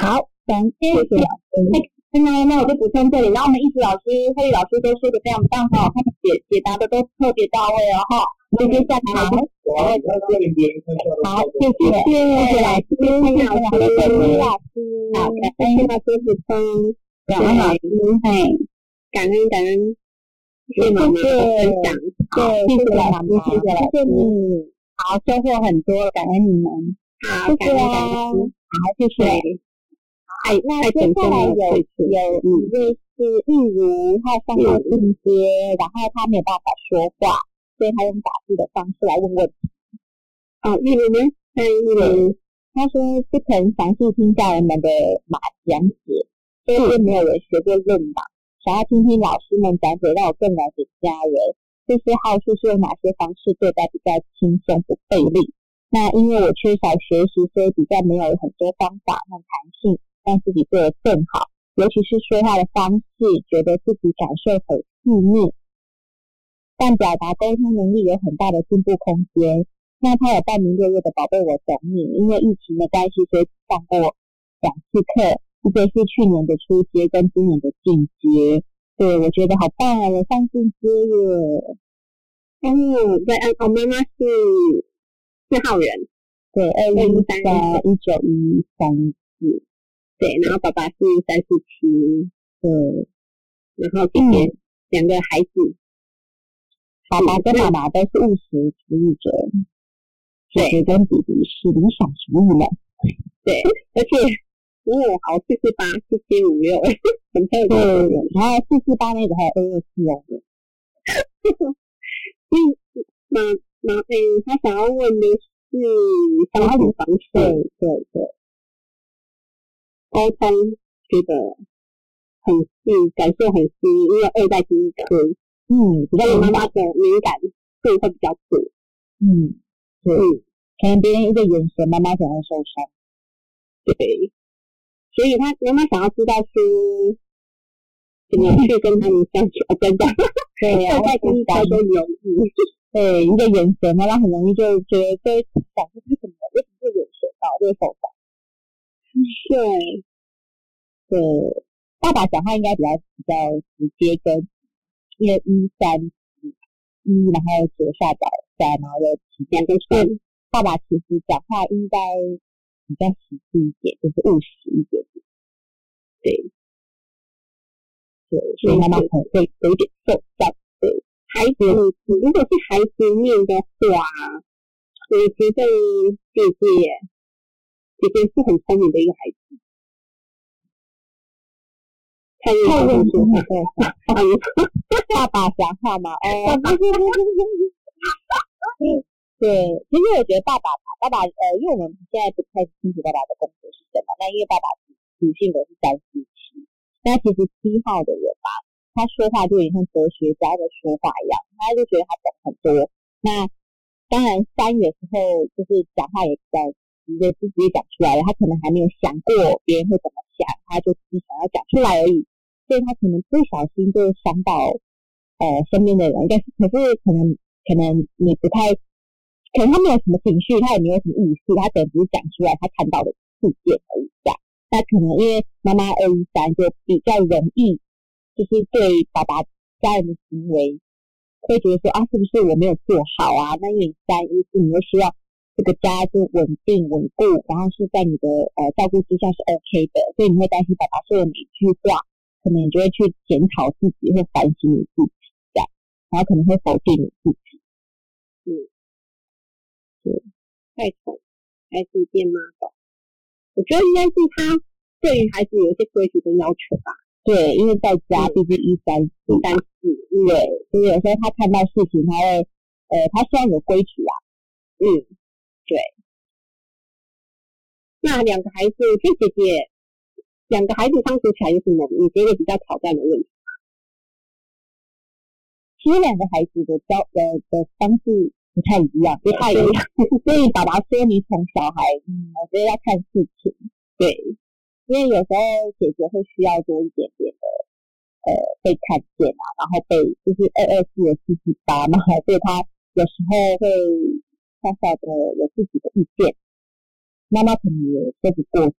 Speaker 1: 好，感谢
Speaker 2: 谢谢
Speaker 1: 老师。
Speaker 2: 真的，那我就补充这里。然后我们艺术老师、慧宇老师都说的非常棒哈，他们解解答的都特别到位哦哈。所以接下来我们
Speaker 3: 好，那这里边看到的
Speaker 1: 好，谢
Speaker 2: 谢
Speaker 1: 谢，
Speaker 2: 谢老师、慧宇老师、
Speaker 1: 谢
Speaker 2: 老
Speaker 1: 老
Speaker 2: 师，好，感谢老师补充，
Speaker 1: 感恩
Speaker 2: Dạ.
Speaker 1: 老师，嘿。
Speaker 2: 感恩感恩，谢谢妈妈的分享，好
Speaker 1: 对，
Speaker 2: 谢谢
Speaker 1: 谢谢
Speaker 2: 老
Speaker 1: 老
Speaker 2: 师
Speaker 1: 师，，
Speaker 2: 谢谢老
Speaker 1: 谢谢
Speaker 2: 师，
Speaker 1: 你，好，收获很多，感恩你们，
Speaker 2: 好，感恩感恩，
Speaker 1: 好，谢
Speaker 2: 对
Speaker 1: 谢。，
Speaker 2: 爱爱
Speaker 1: 那接
Speaker 2: 本
Speaker 1: 下
Speaker 2: 身
Speaker 1: 来
Speaker 2: 的
Speaker 1: 有有
Speaker 2: Ừ.
Speaker 1: 一位是玉如，她
Speaker 2: 嗯
Speaker 1: 上到进阶，然后她没有办法说话，所以她用打字的方式来问问题。
Speaker 2: 哦，玉玲呢？嗯欢迎玉玲，
Speaker 1: 她说不曾详细听教人们的马讲解，所
Speaker 2: 嗯
Speaker 1: 以并没有人学过论马，想要听听老师们讲解，让我更了解家人。这些好事是用哪些方式对待比较轻松不费力？那因为我缺少学习，所以比较没有很多方法和弹性，让自己做得更好。尤其是说话的方式，觉得自己感受很细腻，但表达沟通能力有很大的进步空间。那他有报名六月的宝贝我懂你，因为疫情的关系，所以只上过两次课，一个是去年的初阶跟今年的进阶。对，我觉得好棒啊，有上进阶耶！
Speaker 2: 哦，对，嗯，我妈妈是四号人，
Speaker 1: 对，二
Speaker 2: 对
Speaker 1: 一
Speaker 2: 三
Speaker 1: 三一九一三，
Speaker 2: 对，然后爸爸是三四七，
Speaker 1: 对，
Speaker 2: 然后姐姐两个孩子，
Speaker 1: 爸爸跟妈妈都是务实主义者，姐姐跟弟弟是理想主义的。
Speaker 2: 而且哦，好四四八四七五六， 很特
Speaker 1: 对
Speaker 2: 别。，
Speaker 1: 然后四四八那个还有二二四 哦，
Speaker 2: 那那诶，哎他想要问的是相处方
Speaker 1: 对
Speaker 2: 式、
Speaker 1: 对对，
Speaker 2: 沟通，觉得很细，感受很细，因为二代第一个，
Speaker 1: 嗯，比
Speaker 2: 比
Speaker 1: 较
Speaker 2: 较有
Speaker 1: 有
Speaker 2: 妈
Speaker 1: 妈
Speaker 2: 妈
Speaker 1: 妈，
Speaker 2: 的敏感度会比较足。
Speaker 1: 嗯，对
Speaker 2: 嗯，
Speaker 1: 可能别人一个眼神，妈妈可能会受伤。
Speaker 2: 对，所以他妈妈想要知道说怎么去跟他们相处，啊真的，
Speaker 1: 对呀、
Speaker 2: 二代第
Speaker 1: 我
Speaker 2: 一胎
Speaker 1: 想
Speaker 2: 都容易。
Speaker 1: 对一个哎眼神，妈妈很容易就觉得对，想说他怎么为什么会眼神到就会受伤。
Speaker 2: 对，
Speaker 1: 对，爸爸讲话应该比较比较直接跟，因为一三一，然后左下角下，然后又起
Speaker 2: 两
Speaker 1: 两
Speaker 2: 个
Speaker 1: 个
Speaker 2: 是
Speaker 1: 是爸爸其实讲话应该比较实际一点，就是务实一点。
Speaker 2: 对，所以妈妈可能会有一点受伤。
Speaker 1: 孩子，如果是孩子面的话，我觉得姐姐，姐姐是很聪明的一个孩子。太
Speaker 2: 太认
Speaker 1: 认
Speaker 2: 真
Speaker 1: 真了，
Speaker 2: 了，对，
Speaker 1: 啊，你说
Speaker 2: 爸爸讲话嘛，哦， 对，其实我觉得爸爸吧，爸爸呃，因为我们现在不太清楚爸爸的工作是什么，那因为爸爸属性格是三四七，那其实七号的人吧，他说话就有点像哲学家的说话一样，他就觉得他懂很多。那当然三有时候就是讲话也比较直接，就直接讲出来了，他可能还没有想过别人会怎么想，他就只是想要讲出来而已，所以他可能不小心就伤到呃身边的人，但是可是可能可能你不太，可能他没有什么情绪，他也没有什么意识，他可能只是讲出来他看到的事件而已这样。那可能因为妈妈二一三就比较容易，就是对爸爸家人的行为会觉得说啊，是不是我没有做好啊？那因为你三一四，你又希望这个家就稳定稳固，然后是在你的呃照顾之下是 OK 的，所以你会担心爸爸说的每一句话，可能你就会去检讨自己，会反省你自己。然后可能会否定你自己。
Speaker 1: 嗯太宠，孩子变妈宝。我觉得应该是他对于孩子有一些规矩跟要求吧。
Speaker 2: 对，因为在家
Speaker 1: 嗯
Speaker 2: 毕竟一三四，
Speaker 1: 三四，嗯
Speaker 2: 对，所以有时候他看到事情，他会，呃，他虽然有规矩啊，
Speaker 1: 嗯，对。那两个孩子，我觉得姐姐两个孩子相处起来有什么你觉得比较挑战的问题？
Speaker 2: 其实两个孩子的教呃的方式不太一样，不
Speaker 1: 太一样。
Speaker 2: 所以爸爸说你宠小孩，嗯，我觉得要看事情。
Speaker 1: 对，
Speaker 2: 因为有时候姐姐会需要多一点点的，呃，被看见啊，然后被就是二二四的四七八嘛，所以她有时候会小小的有自己的意见，妈妈可能也说不过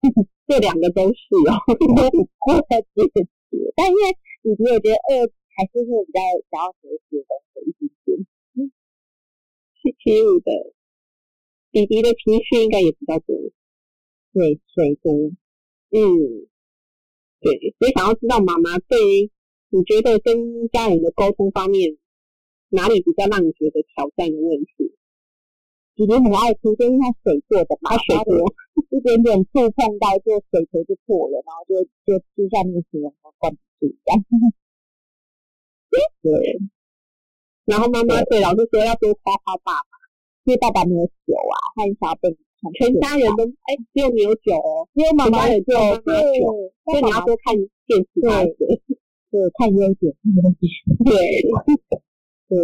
Speaker 1: 这两个都是哦。
Speaker 2: 说不过姐姐，但因为姐姐我觉得二还是会比较想要学习的一点点。
Speaker 1: 嗯七七五的弟弟的情绪应该也比较多。
Speaker 2: 对，水多。
Speaker 1: 嗯，对，所以想要知道妈妈对于你觉得跟家人的沟通方面，哪里比较让你觉得挑战的问题？
Speaker 2: 姐姐很爱哭，就是因为她水做的嘛，
Speaker 1: 她水
Speaker 2: 然
Speaker 1: 做
Speaker 2: 后 一点点触碰到就水头就破了，然后就就就像那个水龙头关不住一样。
Speaker 1: 对。然后妈妈对老师说要多夸夸爸爸，
Speaker 2: 因为爸爸没有酒啊，他很少被
Speaker 1: 全家人都哎只有你有酒哦，
Speaker 2: 因为妈
Speaker 1: 妈
Speaker 2: 妈
Speaker 1: 有
Speaker 2: 有
Speaker 1: 酒
Speaker 2: 酒，
Speaker 1: 妈妈有
Speaker 2: 对
Speaker 1: 酒，所以你要多看见其他人。
Speaker 2: 对 看优点，看优点。
Speaker 1: 对，
Speaker 2: 对，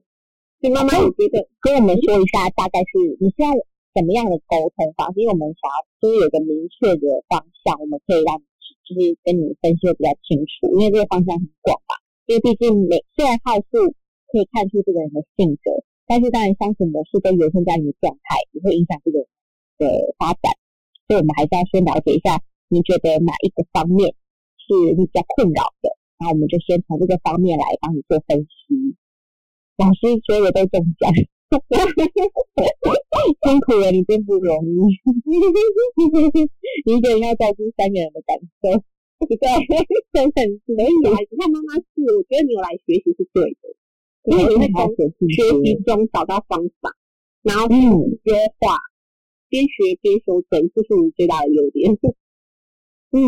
Speaker 1: 所以妈妈也觉得
Speaker 2: 跟我们说一下，大概是你是要怎么样的沟通方式？因为我们想要就是有个明确的方向，我们可以让你就是跟你分析的比较清楚，因为这个方向很广嘛。因为毕竟每虽然号数可以看出这个人的性格，但是当然相处模式跟原生家庭的状态也会影响这个人的发展，所以我们还是要先了解一下，你觉得哪一个方面是你比较困扰的，然后我们就先从这个方面来帮你做分析。老师说的都中奖， 辛苦了，你真不容易。 你一个人要照顾三个人的感受，对，真的是
Speaker 1: 可以来，你看妈妈是，我觉得你有来学习是对的，
Speaker 2: 因为你会
Speaker 1: 从
Speaker 2: 学习
Speaker 1: 学习中找到方法，然后
Speaker 2: 嗯。
Speaker 1: 接话，边学边修正，这是你最大的优点。
Speaker 2: 嗯，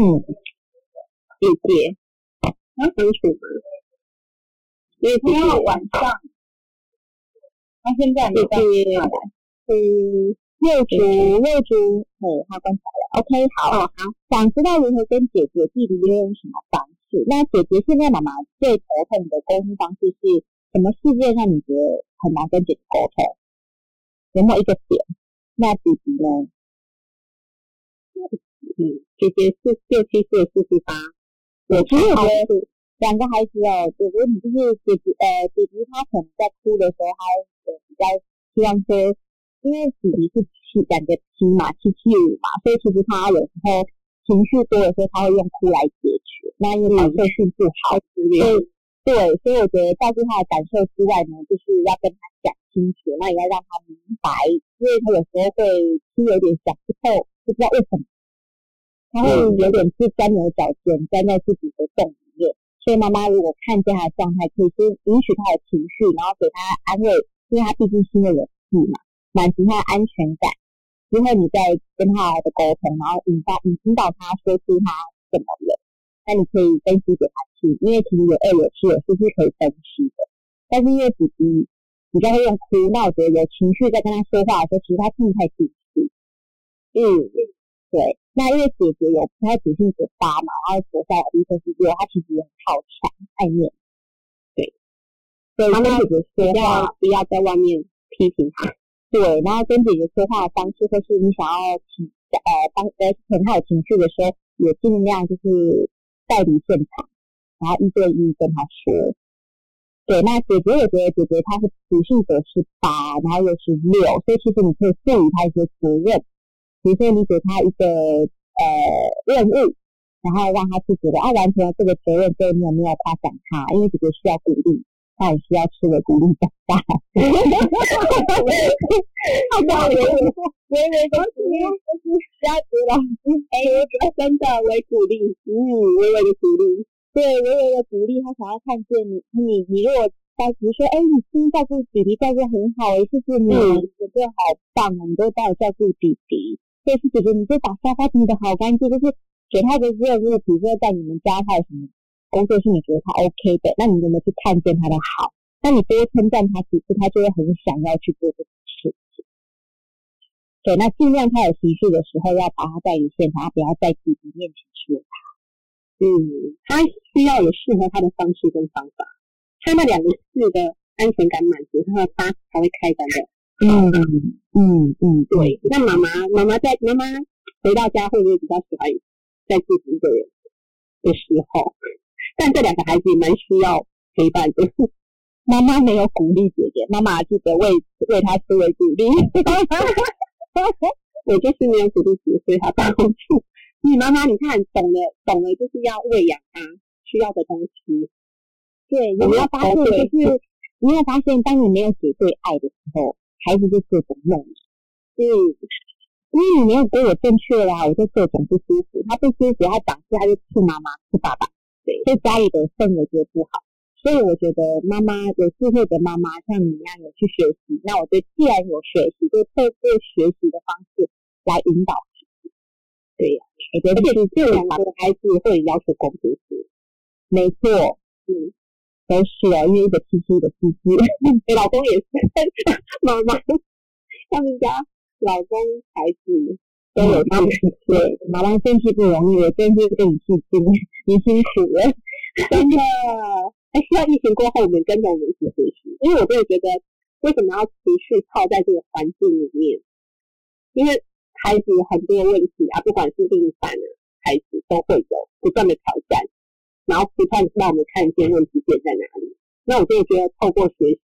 Speaker 1: 姐姐，要相处吗？因为姐姐晚上，
Speaker 2: 那、现在
Speaker 1: 姐姐，嗯，
Speaker 2: 幼主幼主，哎，他观察了，OK，好，
Speaker 1: 哦，好，
Speaker 2: 想知道如何跟姐姐弟弟又用什么方式？那姐姐现在妈妈最头痛的沟通方式是什么？事件让你觉得很难跟姐姐沟通？有没有一个点？那弟弟呢？
Speaker 1: 嗯，姐姐是六七岁，四十八，
Speaker 2: 我觉得
Speaker 1: 好处
Speaker 2: 两个孩子哦，姐姐你就是姐姐，呃，姐姐她可能在哭的时候，她呃比较希望说，因为姐姐是七两个七嘛，七七五嘛，所以其实她有时候情绪多的时候，她会用哭来解决。那因为感受性不好，
Speaker 1: 之类
Speaker 2: 所
Speaker 1: 的，
Speaker 2: 以对，所以我觉得照顾他的感受之外呢，就是要跟他讲清楚，那也要让他明白，因为他有时候会是有点想不透，不知道为什么，他会有点是钻牛角尖，钻在自己的洞里面。所以妈妈如果看见他的状态，可以先允许他的情绪，然后给他安慰，因为他毕竟心里有事嘛，满足他的安全感。之后你再跟他好好的沟通，然后引发引引导他说出他怎么了，那你可以分析给他听，因为其实有二有七有四是可以分析的。但是因为弟弟比较会用哭闹的有情绪在跟他说话的时候，其实他自己太自信。嗯，对。那因为姐姐有不太自信，姐八嘛，然后国赛第一是六，她其实也很好强，爱面子。对，所以
Speaker 1: 妈妈
Speaker 2: 跟姐姐说
Speaker 1: 不要
Speaker 2: 话，
Speaker 1: 不要在外面批评他，
Speaker 2: 对，然后跟姐姐说话的方式，或是你想要情呃当呃很好情绪的时候，也尽量就是带离现场，然后一对一跟她说。对，那姐姐我觉得姐姐她是不性格是八，然后又是六，所以其实你可以赋予她一些责任，比如说你给她一个呃任务，然后让她去觉得啊完成了这个责任之后，你有没有夸奖她？因为姐姐需要鼓励，她也需要吃的鼓励长大。 好
Speaker 1: 道理
Speaker 2: 我以为都是就是家族老师哎，真的为鼓励，嗯，微微的鼓励，对，微微的鼓励，他想要看见你，你你如果在比如说，哎，你今天照顾弟弟照顾很好，哎，谢谢你，
Speaker 1: 嗯
Speaker 2: 姐姐好棒哦，你都帮我照顾弟弟，所以是姐姐，你就把沙发整理的好干净，就是给他一个热热，比如说在你们家他有什么工作是你觉得他 OK 的，那你有没有去看见他的好？那你多称赞他几次，他就会很想要去做这个事情。对，那尽量他有情绪的时候，要把他带离现场，不要在自己面前说。
Speaker 1: 嗯，他需要有适合他的方式跟方法，他那两个字的安全感满足，他的八才会开展的。
Speaker 2: 嗯嗯嗯，
Speaker 1: 对，那妈妈妈妈在妈妈回到家会不会比较喜欢在自己一个人的时候？但这两个孩子也蛮需要陪伴的。
Speaker 2: 妈妈没有鼓励姐姐，妈 妈记得为为她思维鼓励。
Speaker 1: 我就是没有鼓励姐，所以他到处。你妈妈，你看懂了，懂了就是要喂养他需要的东西。
Speaker 2: 对，你要发现就是，你要发现，当你没有给对爱的时候，孩子就各种弄你。
Speaker 1: 嗯，
Speaker 2: 因为你没有给我正确啦，我就各种不舒服。他不舒服，他长气，他就气妈妈，气爸爸。
Speaker 1: 对，
Speaker 2: 所以家里的氛围就不好。所以我觉得妈妈有智慧的妈妈，像你一样有去学习，那我觉得既然有学习，就透过学习的方式来引导自己。对呀、我觉得
Speaker 1: 而且
Speaker 2: 是
Speaker 1: 这两
Speaker 2: 把
Speaker 1: 个孩子会要求公平性，
Speaker 2: 没错，
Speaker 1: 嗯，
Speaker 2: 都是哦，因为一个七七一个七七。
Speaker 1: 你老公也是 妈妈，他们家老公孩子都
Speaker 2: 嗯
Speaker 1: 有他们
Speaker 2: 对，妈妈真是不容易，我真是跟你致敬，你辛苦了。
Speaker 1: 真的，哎，希望疫情过后，我们跟着我们一起学习，因为我真的觉得，为什么要持续泡在这个环境里面？因为孩子很多问题啊，不管是另一半啊，孩子都会有不断的挑战，然后不断地让我们看见问题点在哪里。那我真的觉得，透过学习，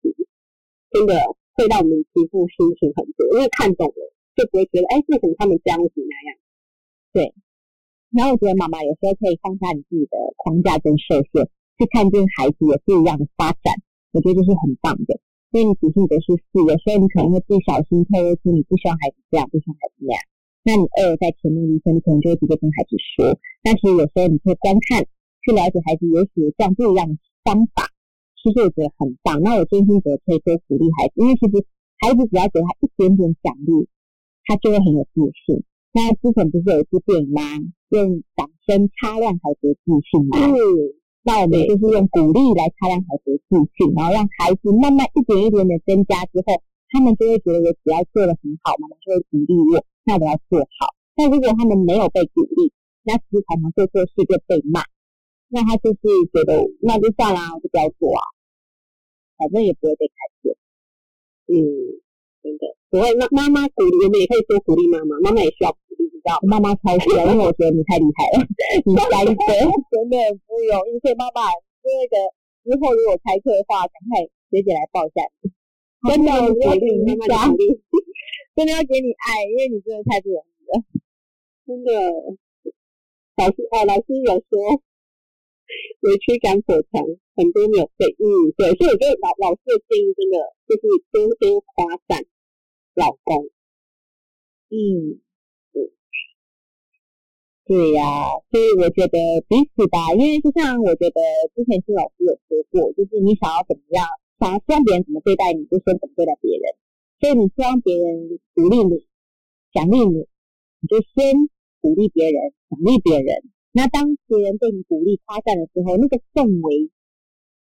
Speaker 1: 真的会让我们皮肤心情很多，因为看懂了，就不会觉得，哎，为什么他们这样子那样？
Speaker 2: 然后我觉得妈妈有时候可以放下你自己的框架跟设限，去看见孩子有不一样的发展，我觉得这是很棒的。因为你只是你的是四，有时候你可能会不小心透露出你不希望孩子这样，不希望孩子那样。那你二在前面立刻，你可能就会直接跟孩子说。但是有时候你可以观看，去了解孩子，也许有这样不一样的方法，其实我觉得很棒。那我真心觉得可以多鼓励孩子，因为其实孩子只要给他一点点奖励，他就会很有自信。那之前不是有一部电影吗？用掌声擦亮孩子的自信吗？
Speaker 1: 嗯，
Speaker 2: 那我们就是用鼓励来擦亮孩子的自信，然后让孩子慢慢一点一点的增加之后，他们就会觉得我只要做的很好，妈妈就会鼓励我，那我要做好。那如果他们没有被鼓励，那其实常常做错事就被骂，那他就是觉得那就算啦，我就不要做啊，反正也不会被看见。
Speaker 1: 嗯，真的，不会。那妈妈鼓励我们也可以多鼓励妈妈，妈妈也需要鼓励，你知道
Speaker 2: 妈
Speaker 1: 吗？
Speaker 2: 妈超需要，因为我觉得你太厉害了，你加一分，真的很不容易。所以妈妈，那个之后如果开课的话，赶快学姐来报一下你。真的，我
Speaker 1: 鼓
Speaker 2: 要给
Speaker 1: 励
Speaker 2: 你一
Speaker 1: 妈妈
Speaker 2: 下
Speaker 1: 的鼓，励，
Speaker 2: 真的要给你爱，因为你真的太不容易。
Speaker 1: 真的。老师哦，老师有说委屈感所长，很多没有对，嗯，对，所以我觉得老老师的建议真的就是多多夸赞老公，
Speaker 2: 嗯，对呀、所以我觉得彼此吧，因为就像我觉得之前金老师有说过，就是你想要怎么样，想要希望别人怎么对待你，就先怎么对待别人。所以你希望别人鼓励你、奖励你，你就先鼓励别人、奖励别人。那当别人对你鼓励、夸赞的时候，那个氛围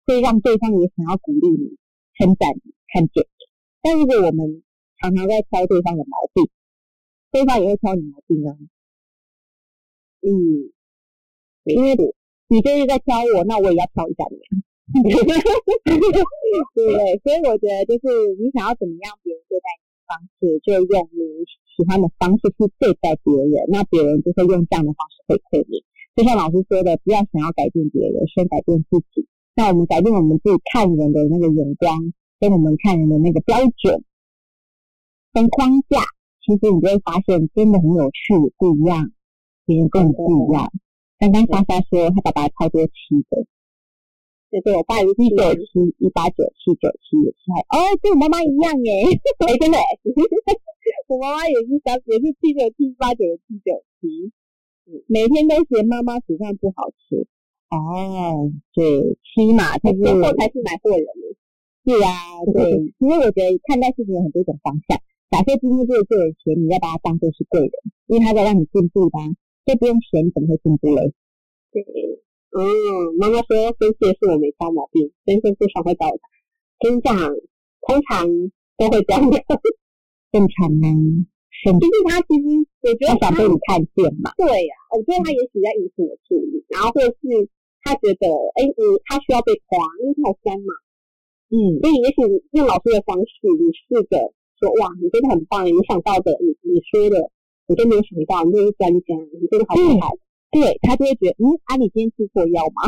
Speaker 2: 会让对方也想要鼓励你、称赞你、看见你。但如果我们常常在挑对方的毛病，对方也会挑你毛病啊。嗯，因为你就是在挑我，那我也要挑一下你、啊。对不对？所以我觉得就是你想要怎么样别人对待你的方式，就用你喜欢的方式去对待别人，那别人就会用这样的方式回馈你。就像老师说的，不要想要改变别人，先改变自己。那我们改变我们自己看人的那个眼光，跟我们看人的那个标准跟框架，其实你就会发现真的很有趣，不一样，别人跟我们不一样。刚刚莎莎说她爸爸超多七的，对对，我爸也是一九七一八九七九七也是，哦，跟我妈妈一样耶， 哎，真的耶，我妈妈也是三也是七九七八九七九七，嗯每天都嫌妈妈煮饭不好吃。哦，对，七嘛，
Speaker 1: 才
Speaker 2: 就是
Speaker 1: 货才是买货人，
Speaker 2: 是啊， 对，因为我觉得看待事情有很多种方向。假设今天这个贵人嫌你，要把他当做是贵人，因为他在让你进步吧，啊就不用嫌你怎么会进步嘞？
Speaker 1: 对，嗯，妈妈说生气的是我没挑毛病，先生不常会找我打。跟你讲，通常都会这样的，
Speaker 2: 正常啊，很
Speaker 1: 就是他其实我觉得
Speaker 2: 他想被你看见嘛，
Speaker 1: 对呀、我觉得他也许在引起我注意，然后或者是他觉得，哎，嗯，他需要被夸，因为他有酸嘛，
Speaker 2: 嗯，
Speaker 1: 所以也许你用老师的方式，你试着说，哇，你真的很棒，你想到的，你你说的，我都没有想到，你真是专家，你真的好厉害，
Speaker 2: 嗯对他就会觉得，嗯，啊，你今天吃错药吗？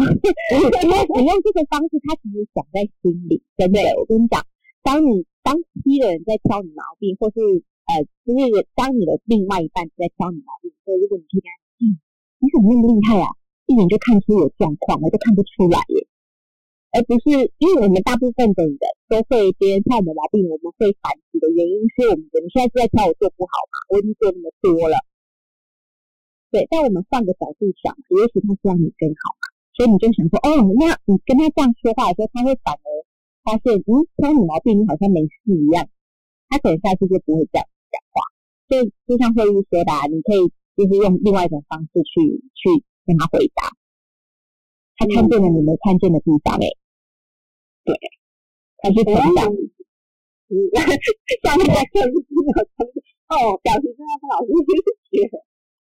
Speaker 2: 你用这个方式，他其实想在心里，真的。我跟你讲，当你当七的人在挑你毛病，或是呃，就是当你的另外一半在挑你毛病，所以如果你去跟他讲，嗯，你怎么那么厉害啊？一眼就看出有状况，我都看不出来耶。而不是因为我们大部分的人都会别人挑我们毛病，我们会反击的原因是我们觉得你现在是在挑我做不好嘛，我已经做那么多了。对，但我们换个角度想，也许他希望你更好嘛，所以你就想说，哦，那你跟他这样说话的时候，他会反而发现，嗯，挑你毛病，你好像没事一样，他可能下次就不会这样讲话。所以就像慧玉说的、啊，你可以就是用另外一种方式去去跟他回答，他看见了你没看见的地方、欸，哎，
Speaker 1: 对，
Speaker 2: 他去成长。
Speaker 1: 嗯，像那个哦，表情真的是老师学。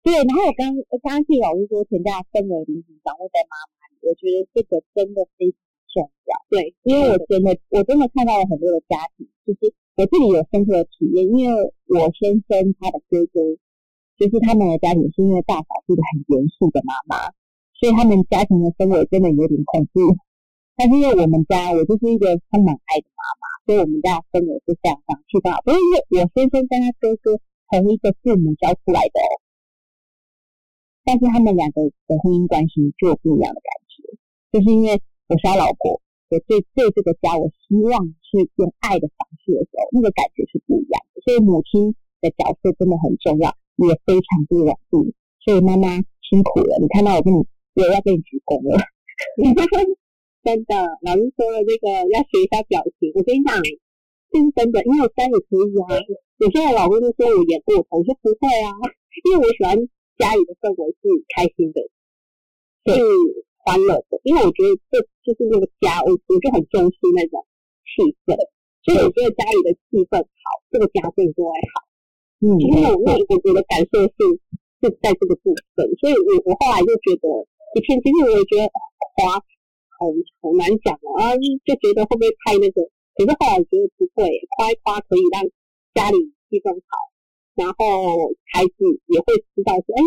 Speaker 2: 对，然后我刚我刚刚听老师说，全家的氛围理想掌握在妈妈里，我觉得这个真的非常重要，
Speaker 1: 对，
Speaker 2: 因为我真的我真的看到了很多的家庭，就是我自己有深刻的体验，因为我先生他的哥哥，就是他们的家庭是因为大嫂是一个很严肃的妈妈，所以他们家庭的氛围真的有点恐怖。但是因为我们家我就是一个充满爱的妈妈，所以我们家的氛围是非常非常气氛好，不是因为我先生跟他哥哥同一个父母教出来的哦。但是他们两个的婚姻关系就有不一样的感觉，就是因为我是他老婆，我对对这个家，我希望是用爱的方式的时候，那个感觉是不一样的。所以母亲的角色真的很重要，也非常不容易。所以妈妈辛苦了，你看到我跟你，我要跟你鞠躬了。
Speaker 1: 真的，老师说的这个要学一下表情。我跟你讲，这是真的，因为我三也可以啊。有时候我老公就说我演过头，我说不会啊， 因为我喜欢家里的氛围是开心的，是欢乐的。因为我觉得这就是那个家，我我就很重视那种气氛，所以我觉得家里的气氛好，这个家庭就会好。
Speaker 2: 嗯，
Speaker 1: 因为我我我的感受是是在这个部分，所以我我后来就觉得以前其实我也觉得花好好难讲哦啊，就觉得会不会太那个，可是后来我觉得不会，夸一夸可以让家里气氛好。然后孩子也会知道说，哎，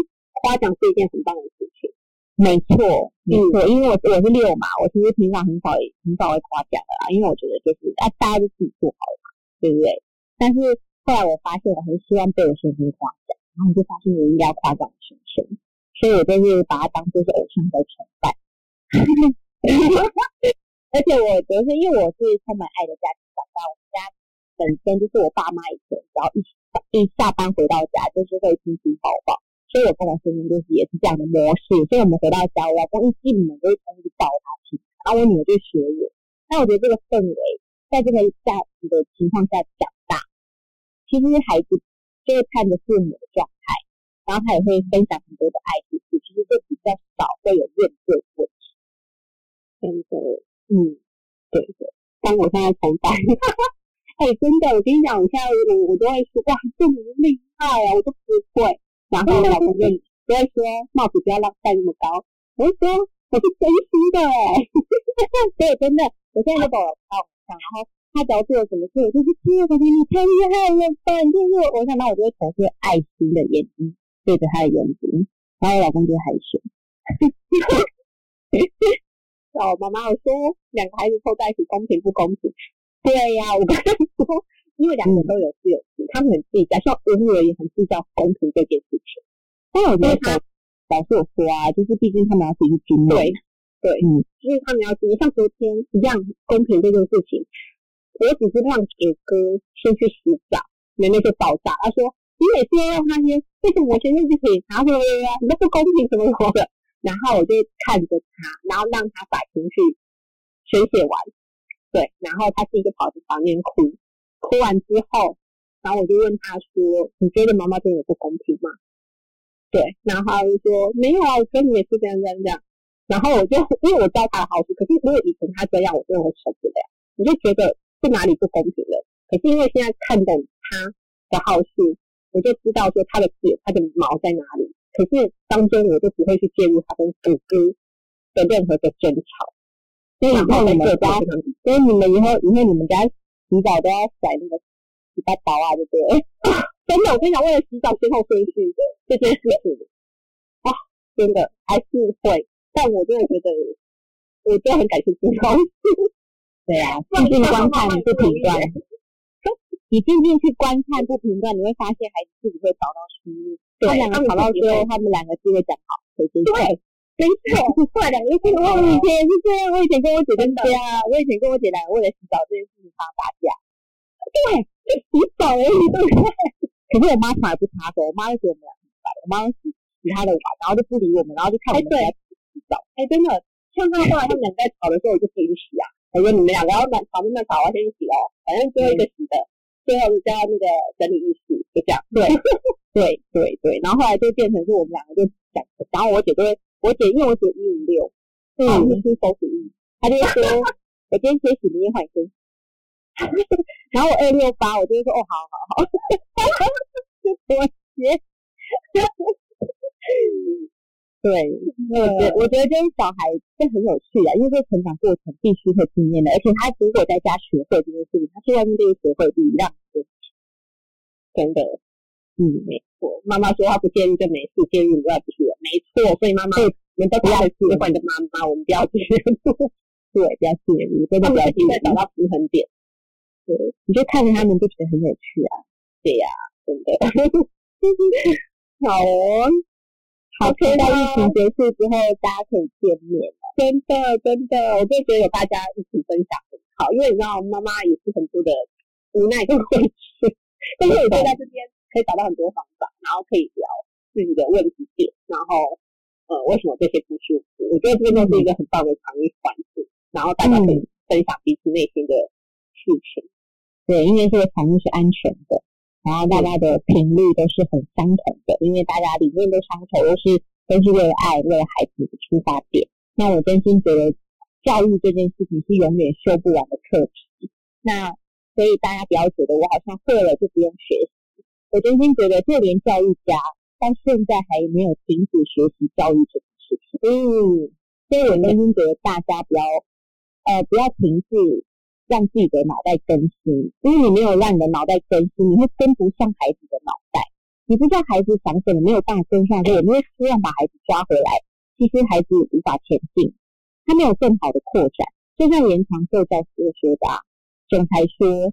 Speaker 1: 夸奖是一件很棒的事情。嗯
Speaker 2: 没错，没错，因为我我是六嘛，我其实平常很少也很少会夸奖的啦，因为我觉得就是啊，大家都自己做好了嘛，对不对？但是后来我发现，我很希望被我先生夸奖，然后我就发现我应该要夸奖我先生，所以我就是把他当做是偶像在崇拜。 而且我觉得是因为我是充满爱的家庭长大，我们家本身就是我爸妈以前只要一一下班回到家，就是会亲亲抱抱，所以我跟我先生就是也是这样的模式，所以我们回到家，我老公一进门就会从一直抱他去，然后我女儿就学我。那我觉得这个氛围，在这个价值的情况下长大，其实孩子就会看着父母的状态，然后他也会分享很多的爱情故事，其实就比较少会有怨怼问题。
Speaker 1: 真的，
Speaker 2: 嗯，
Speaker 1: 对的。当我现在重返，哎，真的，我跟你讲，我现在我我都会说，哇，这么厉害啊，我都不会。然后老公就就会说，帽子不要让戴那么高。我就说，我是真心的 哎、
Speaker 2: 所以欸真的，我现在都把我偶像，然后他只要做了什么事，我就是天啊，宝宝你太厉害了吧，你就是我偶像，然后我就会投射爱心的眼睛对着他的眼睛，然后我老公就会害羞。
Speaker 1: 哦，妈妈，我说两个孩子凑在一起公平不公平？
Speaker 2: 对呀、我跟他说，因为两个都有自有私，他们很计较，像我女儿也很计较公平这件事情。但我觉得
Speaker 1: 对
Speaker 2: 老老师有说啊，就是毕竟他们要自己去经历。
Speaker 1: 对对，
Speaker 2: 嗯，
Speaker 1: 就是他们要注意。像昨天一样公平这件事情，我只是让九哥先去洗澡，妹妹就爆炸，她说你每次要让他先，为什么我先去洗？然后说啊你都不公平什么什么的。 然后我就看着他，然后让他把情绪宣泄完，对，然后他自己就跑到房间哭，哭完之后，然后我就问他说：“你觉得妈妈对我不公平吗？”对，然后他就说：“没有啊，我觉得你也是这样这样这样。”然后我就因为我知道他的好处，可是如果以前他这样，我真的会受不了。我就觉得这哪里不公平了。可是因为现在看懂他的好处，我就知道说他的点、他的毛在哪里。可是当中我就不会去介入他跟哥哥的任何的争吵，
Speaker 2: 所以
Speaker 1: 然
Speaker 2: 以后
Speaker 1: 后
Speaker 2: 你
Speaker 1: 在
Speaker 2: 们
Speaker 1: 各
Speaker 2: 家
Speaker 1: 家，
Speaker 2: 所以你们以后以后你们家洗澡都要甩那个洗发膏啊，对不对？
Speaker 1: 真的，我跟你讲，为了洗澡先后顺序这件事情，啊，真的还是会，但我真的觉得，我真的很感谢金 钟。
Speaker 2: 对啊，
Speaker 1: 不然
Speaker 2: 静静
Speaker 1: 你干
Speaker 2: 观看
Speaker 1: 嘛慢慢
Speaker 2: 不
Speaker 1: 注
Speaker 2: 评
Speaker 1: 意
Speaker 2: 断。你静静去观看不评断，你会发现孩子自己会找到出路。
Speaker 1: 对
Speaker 2: 他们两个
Speaker 1: 他们
Speaker 2: 吵到
Speaker 1: 自己
Speaker 2: 最后
Speaker 1: 会，
Speaker 2: 他们两个就会讲好，谁先
Speaker 1: 对，没错，后来两个 人
Speaker 2: 我以前也是这样，我以前跟我姐就是
Speaker 1: 真的
Speaker 2: 这样，啊我以前跟我姐两个为了洗澡这件事情常常打架。
Speaker 1: 洗澡而已，对不对？
Speaker 2: 可是我妈从来不插手，我妈就觉得我们俩很烦，我妈洗她的碗，然后就不理我们，然后就看我
Speaker 1: 哎，
Speaker 2: 们
Speaker 1: 对
Speaker 2: 在，
Speaker 1: 哎，真的，像他后来他们两个在吵的时候，我就自己去洗啊。我说你们两个要乱吵，那吵，我要先去洗哦。反正最后一
Speaker 2: 嗯
Speaker 1: 个洗的，最后就叫那个整理浴室，就这样。 对，
Speaker 2: 对对对，然后后来就变成是我们两个就讲，然后我姐就会，我姐因为我姐一五六，嗯，我
Speaker 1: 嗯
Speaker 2: 是收拾一，她就会 说，我今天先洗，明天 换你先洗。然后我二六八，我就会说，哦，好好好，我学。对，我觉
Speaker 1: 对，
Speaker 2: 我觉得跟小孩这很有趣啊，因为这个成长过程必须会经验的，而且他如果在家学会这件事情，他去外面就会学会不一样的。
Speaker 1: 真的，
Speaker 2: 嗯，
Speaker 1: 我妈妈说她不介入就没事，介入你就要介入，没错。所以妈妈，你们都不要去管你的妈妈，我们不要介入，
Speaker 2: 对，不要介入，真的
Speaker 1: 他
Speaker 2: 不
Speaker 1: 们
Speaker 2: 要介
Speaker 1: 自己
Speaker 2: 入
Speaker 1: 会，找到平衡点。
Speaker 2: 你就看着他们就觉得很有趣啊。
Speaker 1: 对呀、真的。 好哦，
Speaker 2: 好，期待
Speaker 1: 期待
Speaker 2: 疫
Speaker 1: 疫
Speaker 2: 情
Speaker 1: 情
Speaker 2: 结束之后大家可以见面。
Speaker 1: 真的真的，我就觉得有大家一起分享很好，因为你知道妈妈也是很多的无奈跟委 屈，但是我觉得在这边可以找到很多方法，然后可以聊自己的问题点，然后呃为什么这些不舒服，我觉得这边就是一个很棒的场域环境，然后大家
Speaker 2: 嗯
Speaker 1: 可以分享彼此内心的事情。
Speaker 2: 对，因为这个场域是安全的，然后大家的频率都是很相同的，因为大家理念都相同，都是都是为了爱、为了孩子的出发点。那我真心觉得教育这件事情是永远修不完的课题。那所以大家不要觉得我好像会了就不用学习，我真心觉得就连教育家到现在还没有停止学习教育这件事情。嗯，所以我真心觉得大家不要呃不要停滞让自己的脑袋更新，因为你没有让你的脑袋更新，你会跟不上孩子的脑袋。你不知道孩子想什么，没有办法跟上，所以你会希望把孩子抓回来，其实孩子无法前进，他没有更好的扩展。就像严长寿教授说的、啊，总裁说，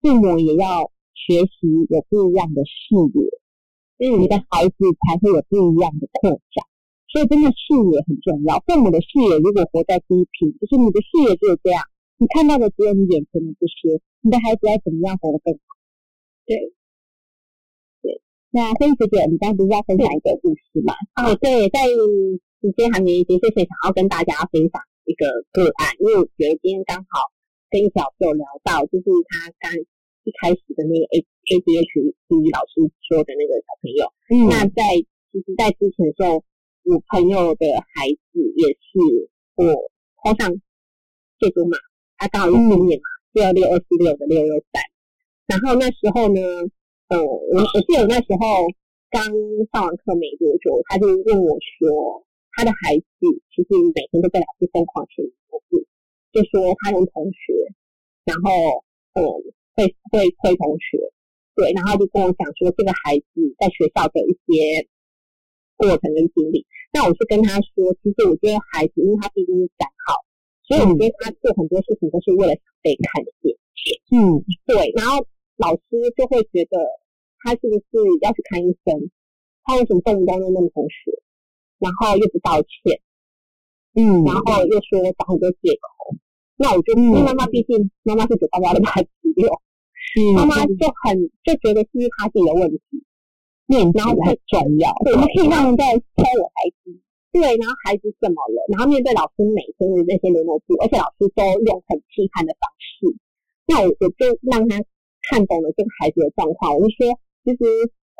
Speaker 2: 父母也要学习有不一样的视野，你的孩子才会有不一样的扩展。所以真的视野很重要。父母的视野如果活在第一品，就是你的视野只有这样，你看到的只有你眼前的这些，你的孩子要怎么样活得更好？
Speaker 1: 对，
Speaker 2: 对，
Speaker 1: 那所以学姐，你刚不是要分享一个故事吗？
Speaker 2: 哦，对，在时间还没结束之前，想要跟大家分享一个个案，因为我觉得今天刚好跟小朋友聊到，就是他刚一开始的那个 A A D H D 老师说的那个小朋友。
Speaker 1: 嗯
Speaker 2: 那在其实，在之前的时候，我朋友的孩子也是我考上最终嘛，他刚好是今年嘛，六六二四六的六六三。然后那时候呢，呃，我我记得我那时候刚上完课没多久，他就问我说，他的孩子其实每天都被老师疯狂欺负，就说他有同学，然后呃会会推同学，对，然后他就跟我讲说这个孩子在学校的一些过程跟经历。那我是跟他说，其实我觉得孩子，因为他毕竟是三号，所以我觉得他做很多事情都是为了想被看见。
Speaker 1: 嗯
Speaker 2: 对，然后老师就会觉得他是不是要去看医生？他为什么动不动就弄同学？然后又不道歉，
Speaker 1: 嗯，
Speaker 2: 然后又说找很多借口。那我就因为妈妈毕竟妈妈是九八八的八十六，
Speaker 1: 嗯
Speaker 2: 妈妈就很就觉得是不是他自己的问题，
Speaker 1: 面子
Speaker 2: 然后
Speaker 1: 很重要，
Speaker 2: 对
Speaker 1: 怎么可以让人家挑我孩子？
Speaker 2: 对，然后孩子怎么了？然后面对老师每天的那些联络簿，而且老师都用很批判的方式，那我我就让他看懂了这个孩子的状况。我就说，其实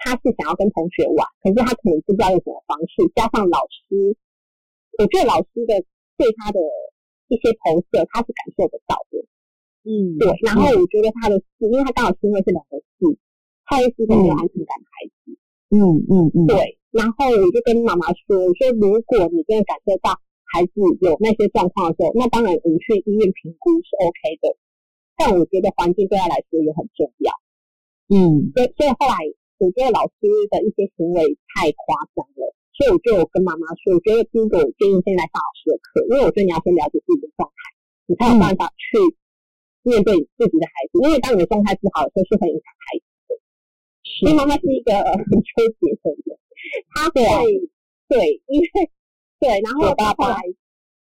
Speaker 2: 他是想要跟同学玩，可是他可能不知道用什么方式，加上老师，我觉得老师的对他的一些投射，他是感受得到的。
Speaker 1: 嗯
Speaker 2: 对，然后我觉得他的事，因为他刚好是因为是两个事，他也是一个没有安全感的孩子。
Speaker 1: 嗯嗯嗯，
Speaker 2: 对，然后我就跟妈妈说，我说如果你真的感受到孩子有那些状况的时候，那当然你去医院评估是 OK 的，但我觉得环境对他来说也很重要。
Speaker 1: 嗯
Speaker 2: 所以所以后来我觉得老师的一些行为太夸张了，所以我就有跟妈妈说，我觉得第一个我建议先来上老师的课，因为我觉得你要先了解自己的状态，你才有办法去面对你自己的孩子，因为当你的状态不好的时候，是会影响孩子的。因为妈妈是一个 很纠结的人，她会对，因为对，然后
Speaker 1: 九八
Speaker 2: 后来
Speaker 1: 八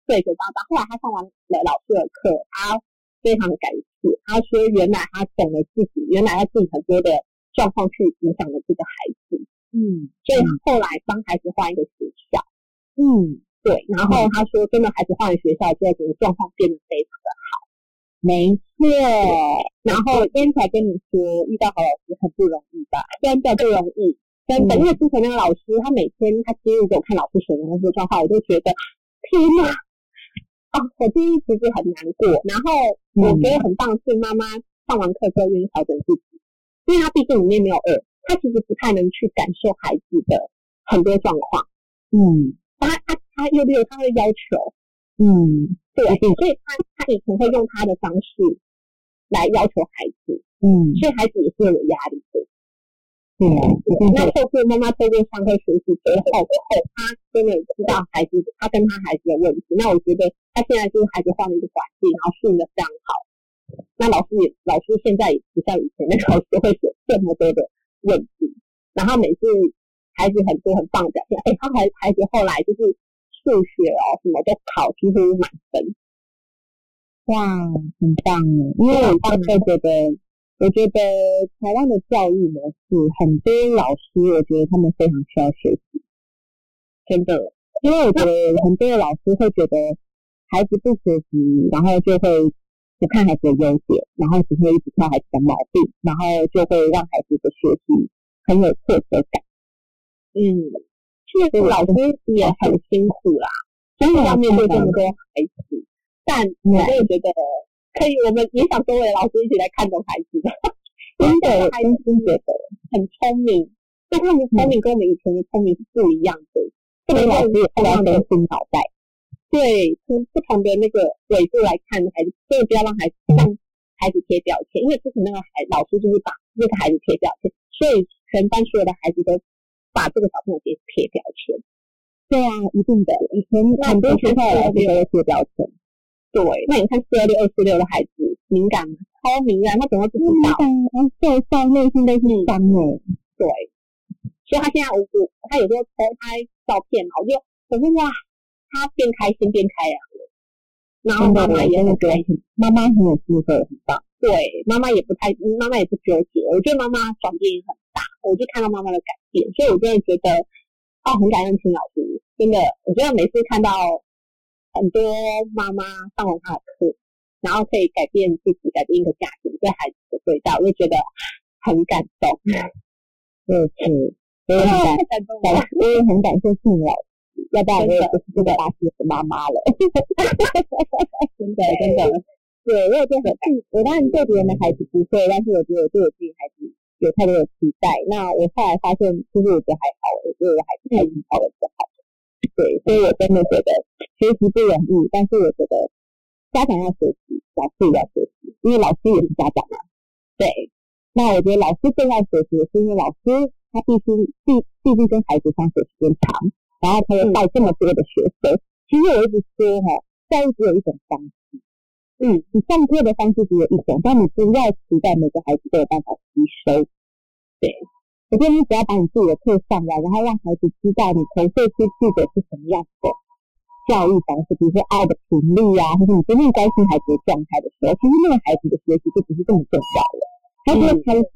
Speaker 2: 对九八八，后来她上完了老师的课，她非常感谢，她说原来她懂了自己，原来她自己很多的状况去影响了这个孩子，
Speaker 1: 嗯
Speaker 2: 所以她后来帮孩子换一个学校，
Speaker 1: 嗯，
Speaker 2: 对，然后她说真的孩子换了学校之后，整个状况变得非常的好，
Speaker 1: 没嗯错，
Speaker 2: 然后今天才跟你说遇到好老师很不容易吧，真的不容易。真的，
Speaker 1: 嗯
Speaker 2: 因为之前那个老师，他每天他几乎给我看老师写的那些状况，我都觉得天哪，啊，我第一其实很难过。然后我
Speaker 1: 嗯
Speaker 2: 觉得很棒的是妈妈上完课之后愿意调整自己，因为她毕竟里面没有二，她其实不太能去感受孩子的很多状况。
Speaker 1: 嗯
Speaker 2: 她她她又没有她会要求，
Speaker 1: 嗯
Speaker 2: 对，
Speaker 1: 嗯
Speaker 2: 所以她她以前会用她的方式来要求孩子，
Speaker 1: 嗯，
Speaker 2: 所以孩子也是有压力的。
Speaker 1: 对啊，
Speaker 2: 那透过妈妈透过上课学习之后，她真的知道孩子，她跟她孩子的问题。那我觉得她现在就是孩子换了一个环境，然后适应的非常好。那老师也，老师现在也不像以前那个老师会有这么多的问题。然后每次孩子很多很棒的表现，哎、他孩孩子后来就是数学哦什么都考几乎满分。
Speaker 1: 哇，很棒耶！因为我大概觉得，我觉得台湾的教育模式，很多老师，我觉得他们非常需要学习，真的。因为我觉得很多的老师会觉得孩子不学习，然后就会不看孩子的优点，然后只会一直挑孩子的毛病，然后就会让孩子的学习很有挫折感。
Speaker 2: 嗯，其实老师也很辛苦啦，真的要面对这么多孩子，但我真的觉得可以，我们也想周围老师一起来看懂孩子的，
Speaker 1: 真
Speaker 2: 因为
Speaker 1: 的，
Speaker 2: 孩子
Speaker 1: 真觉得，
Speaker 2: 很聪明，但他们的聪明跟我们以前的聪明是不一样的，
Speaker 1: 这
Speaker 2: 特
Speaker 1: 个
Speaker 2: 别
Speaker 1: 老师
Speaker 2: 是
Speaker 1: 也
Speaker 2: 不
Speaker 1: 是要
Speaker 2: 同的
Speaker 1: 更新脑袋。
Speaker 2: 对，从不同的那个维度来看孩子，真的不要让孩子让孩子贴标签，因为之前那个孩老师就是把那个孩子贴标签，所以全班所有的孩子都把这个小朋友给贴标签。
Speaker 1: 对啊，一定的。以前嗯很多学校的老师都会贴标签。
Speaker 2: 对，那你看四二六、二四六的孩子，敏感吗，超敏感，他怎么会不知
Speaker 1: 嗯，
Speaker 2: 道？
Speaker 1: 然受伤，内心都是伤哎。
Speaker 2: 对，所以他现在我我他有时候偷拍照片嘛，我就我说哇，他变开心变开朗了，然后
Speaker 1: 真的，
Speaker 2: 妈妈
Speaker 1: 我
Speaker 2: 也
Speaker 1: 真的
Speaker 2: 很
Speaker 1: 觉
Speaker 2: 开
Speaker 1: 得
Speaker 2: 心，
Speaker 1: 很妈妈很有智慧，很棒。
Speaker 2: 对，妈妈也不太，妈妈也不纠结，我觉得妈妈转变也很大，而我就看到妈妈的改变，所以我真的觉得，哦，很感恩秦老师，真的，我觉得每次看到很多妈妈上完他的课，然后可以改变自己、改变一个家庭对孩子的对待，我就觉得很感动，啊
Speaker 1: 对对，我也很感
Speaker 2: 太感动
Speaker 1: 感
Speaker 2: 了，，
Speaker 1: 我也很感谢静老师，要不然我
Speaker 2: 真
Speaker 1: 也
Speaker 2: 的
Speaker 1: 不是这个大师的妈妈了。
Speaker 2: 真的真的，
Speaker 1: 对，我也觉得很，我当然对别人的孩子不会，但是我觉得我对我自己孩子有太多的期待。那我后来发现，其实我觉得还好，我对我的孩子
Speaker 2: 嗯
Speaker 1: 还挺好的，挺好的。对，所以我真的觉得学习不容易，但是我觉得家长要学习，老师也要学习，因为老师也是家长嘛。对，那我觉得老师更要学习，是因为老师他必须必必须跟孩子相处时间长，然后他又带这么多的学生。其实我一直说哈，教育只有一种方式。嗯，你上课的方式只有一种，但你不要期待每个孩子都有办法吸收。对，我觉得你只要把你自己的课上完，然后让孩子知道你投射出去的是什么样的教育方式，比如说爱的频率啊，或者你真正关心孩子的状态的时候，其实那个孩子的学习就不是这么重要了。他除了
Speaker 2: 嗯
Speaker 1: 开心，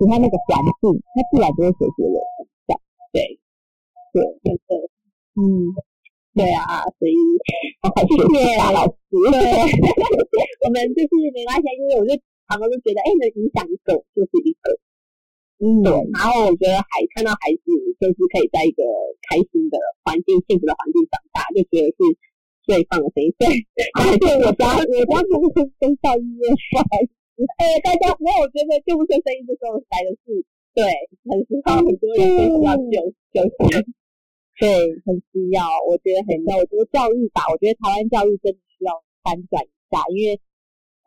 Speaker 1: 喜欢那个环境，他自然就会学习的很像。对，对，
Speaker 2: 真的。
Speaker 1: 嗯，
Speaker 2: 对啊，所以
Speaker 1: 好谢谢啊，老师。
Speaker 2: 我们就是没关系，啊因为我就常常都觉得，哎、能影响一个就是一个，
Speaker 1: 嗯，
Speaker 2: 对。然后我觉得孩看到孩子就是可以在一个开心的环境、幸福的环境长大，就觉得是最棒的事情。对， 而且我家我家
Speaker 1: 我不是跟到医院上。
Speaker 2: 哎、大家没有，我觉得救护车声音这时候来的是对，很 需要很多人都需要救救护车。
Speaker 1: 哦对，很需要，我觉得很需要。我觉得教育吧，我觉得台湾教育真的需要翻转一下，因为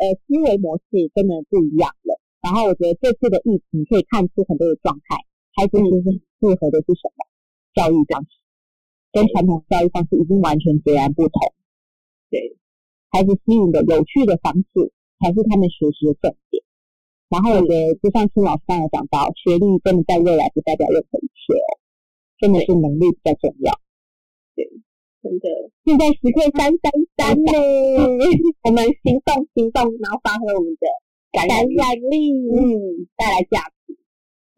Speaker 1: 呃思维模式真的不一样了。然后我觉得这次的疫情可以看出很多的状态，孩子其实适合的是什么教育方式，跟传统教育方式已经完全截然不同。
Speaker 2: 对，
Speaker 1: 孩子吸引的有趣的方式才是他们学习的重点。然后我觉得，就像孙老师刚才讲到，学历真的在未来不代表任何一切哦，真的是能力比较重要。
Speaker 2: 真的，
Speaker 1: 现在时刻三三
Speaker 2: 三
Speaker 1: 三
Speaker 2: 呢
Speaker 1: 呢，
Speaker 2: 我们行动行动，然后发挥我们的感
Speaker 1: 感
Speaker 2: 染力，
Speaker 1: 染力，
Speaker 2: 嗯，带来价值。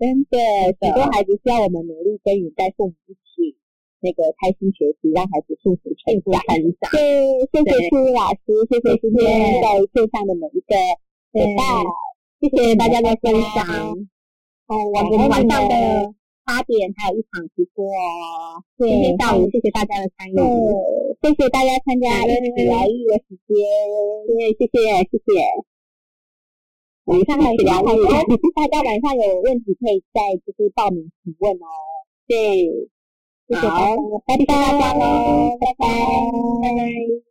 Speaker 1: 真的，
Speaker 2: 的
Speaker 1: 许多孩子需要我们努力耕耘，带父母一起那个开心学习，让孩子幸福成
Speaker 2: 幸福
Speaker 1: 长。
Speaker 2: 成长。
Speaker 1: 对，谢
Speaker 2: 对
Speaker 1: 谢苏老师，谢谢今天在线上的每一个伙伴，
Speaker 2: 谢谢大家的分享。
Speaker 1: 哦，
Speaker 2: 我们晚上
Speaker 1: 的
Speaker 2: 的八点还有一场直播哦，
Speaker 1: 对
Speaker 2: 今天下午谢谢大家的参与，
Speaker 1: 嗯谢谢大家参加
Speaker 2: 嗯
Speaker 1: 一起疗愈的时间，
Speaker 2: 对，谢谢谢谢，
Speaker 1: 晚上还有
Speaker 2: 谢谢
Speaker 1: 聊天， 大家晚上有问题可以再就是报名提问哦。
Speaker 2: 对，
Speaker 1: 谢谢大
Speaker 2: 好，
Speaker 1: 家
Speaker 2: 拜拜
Speaker 1: 谢谢大家喽，拜拜
Speaker 2: 拜拜。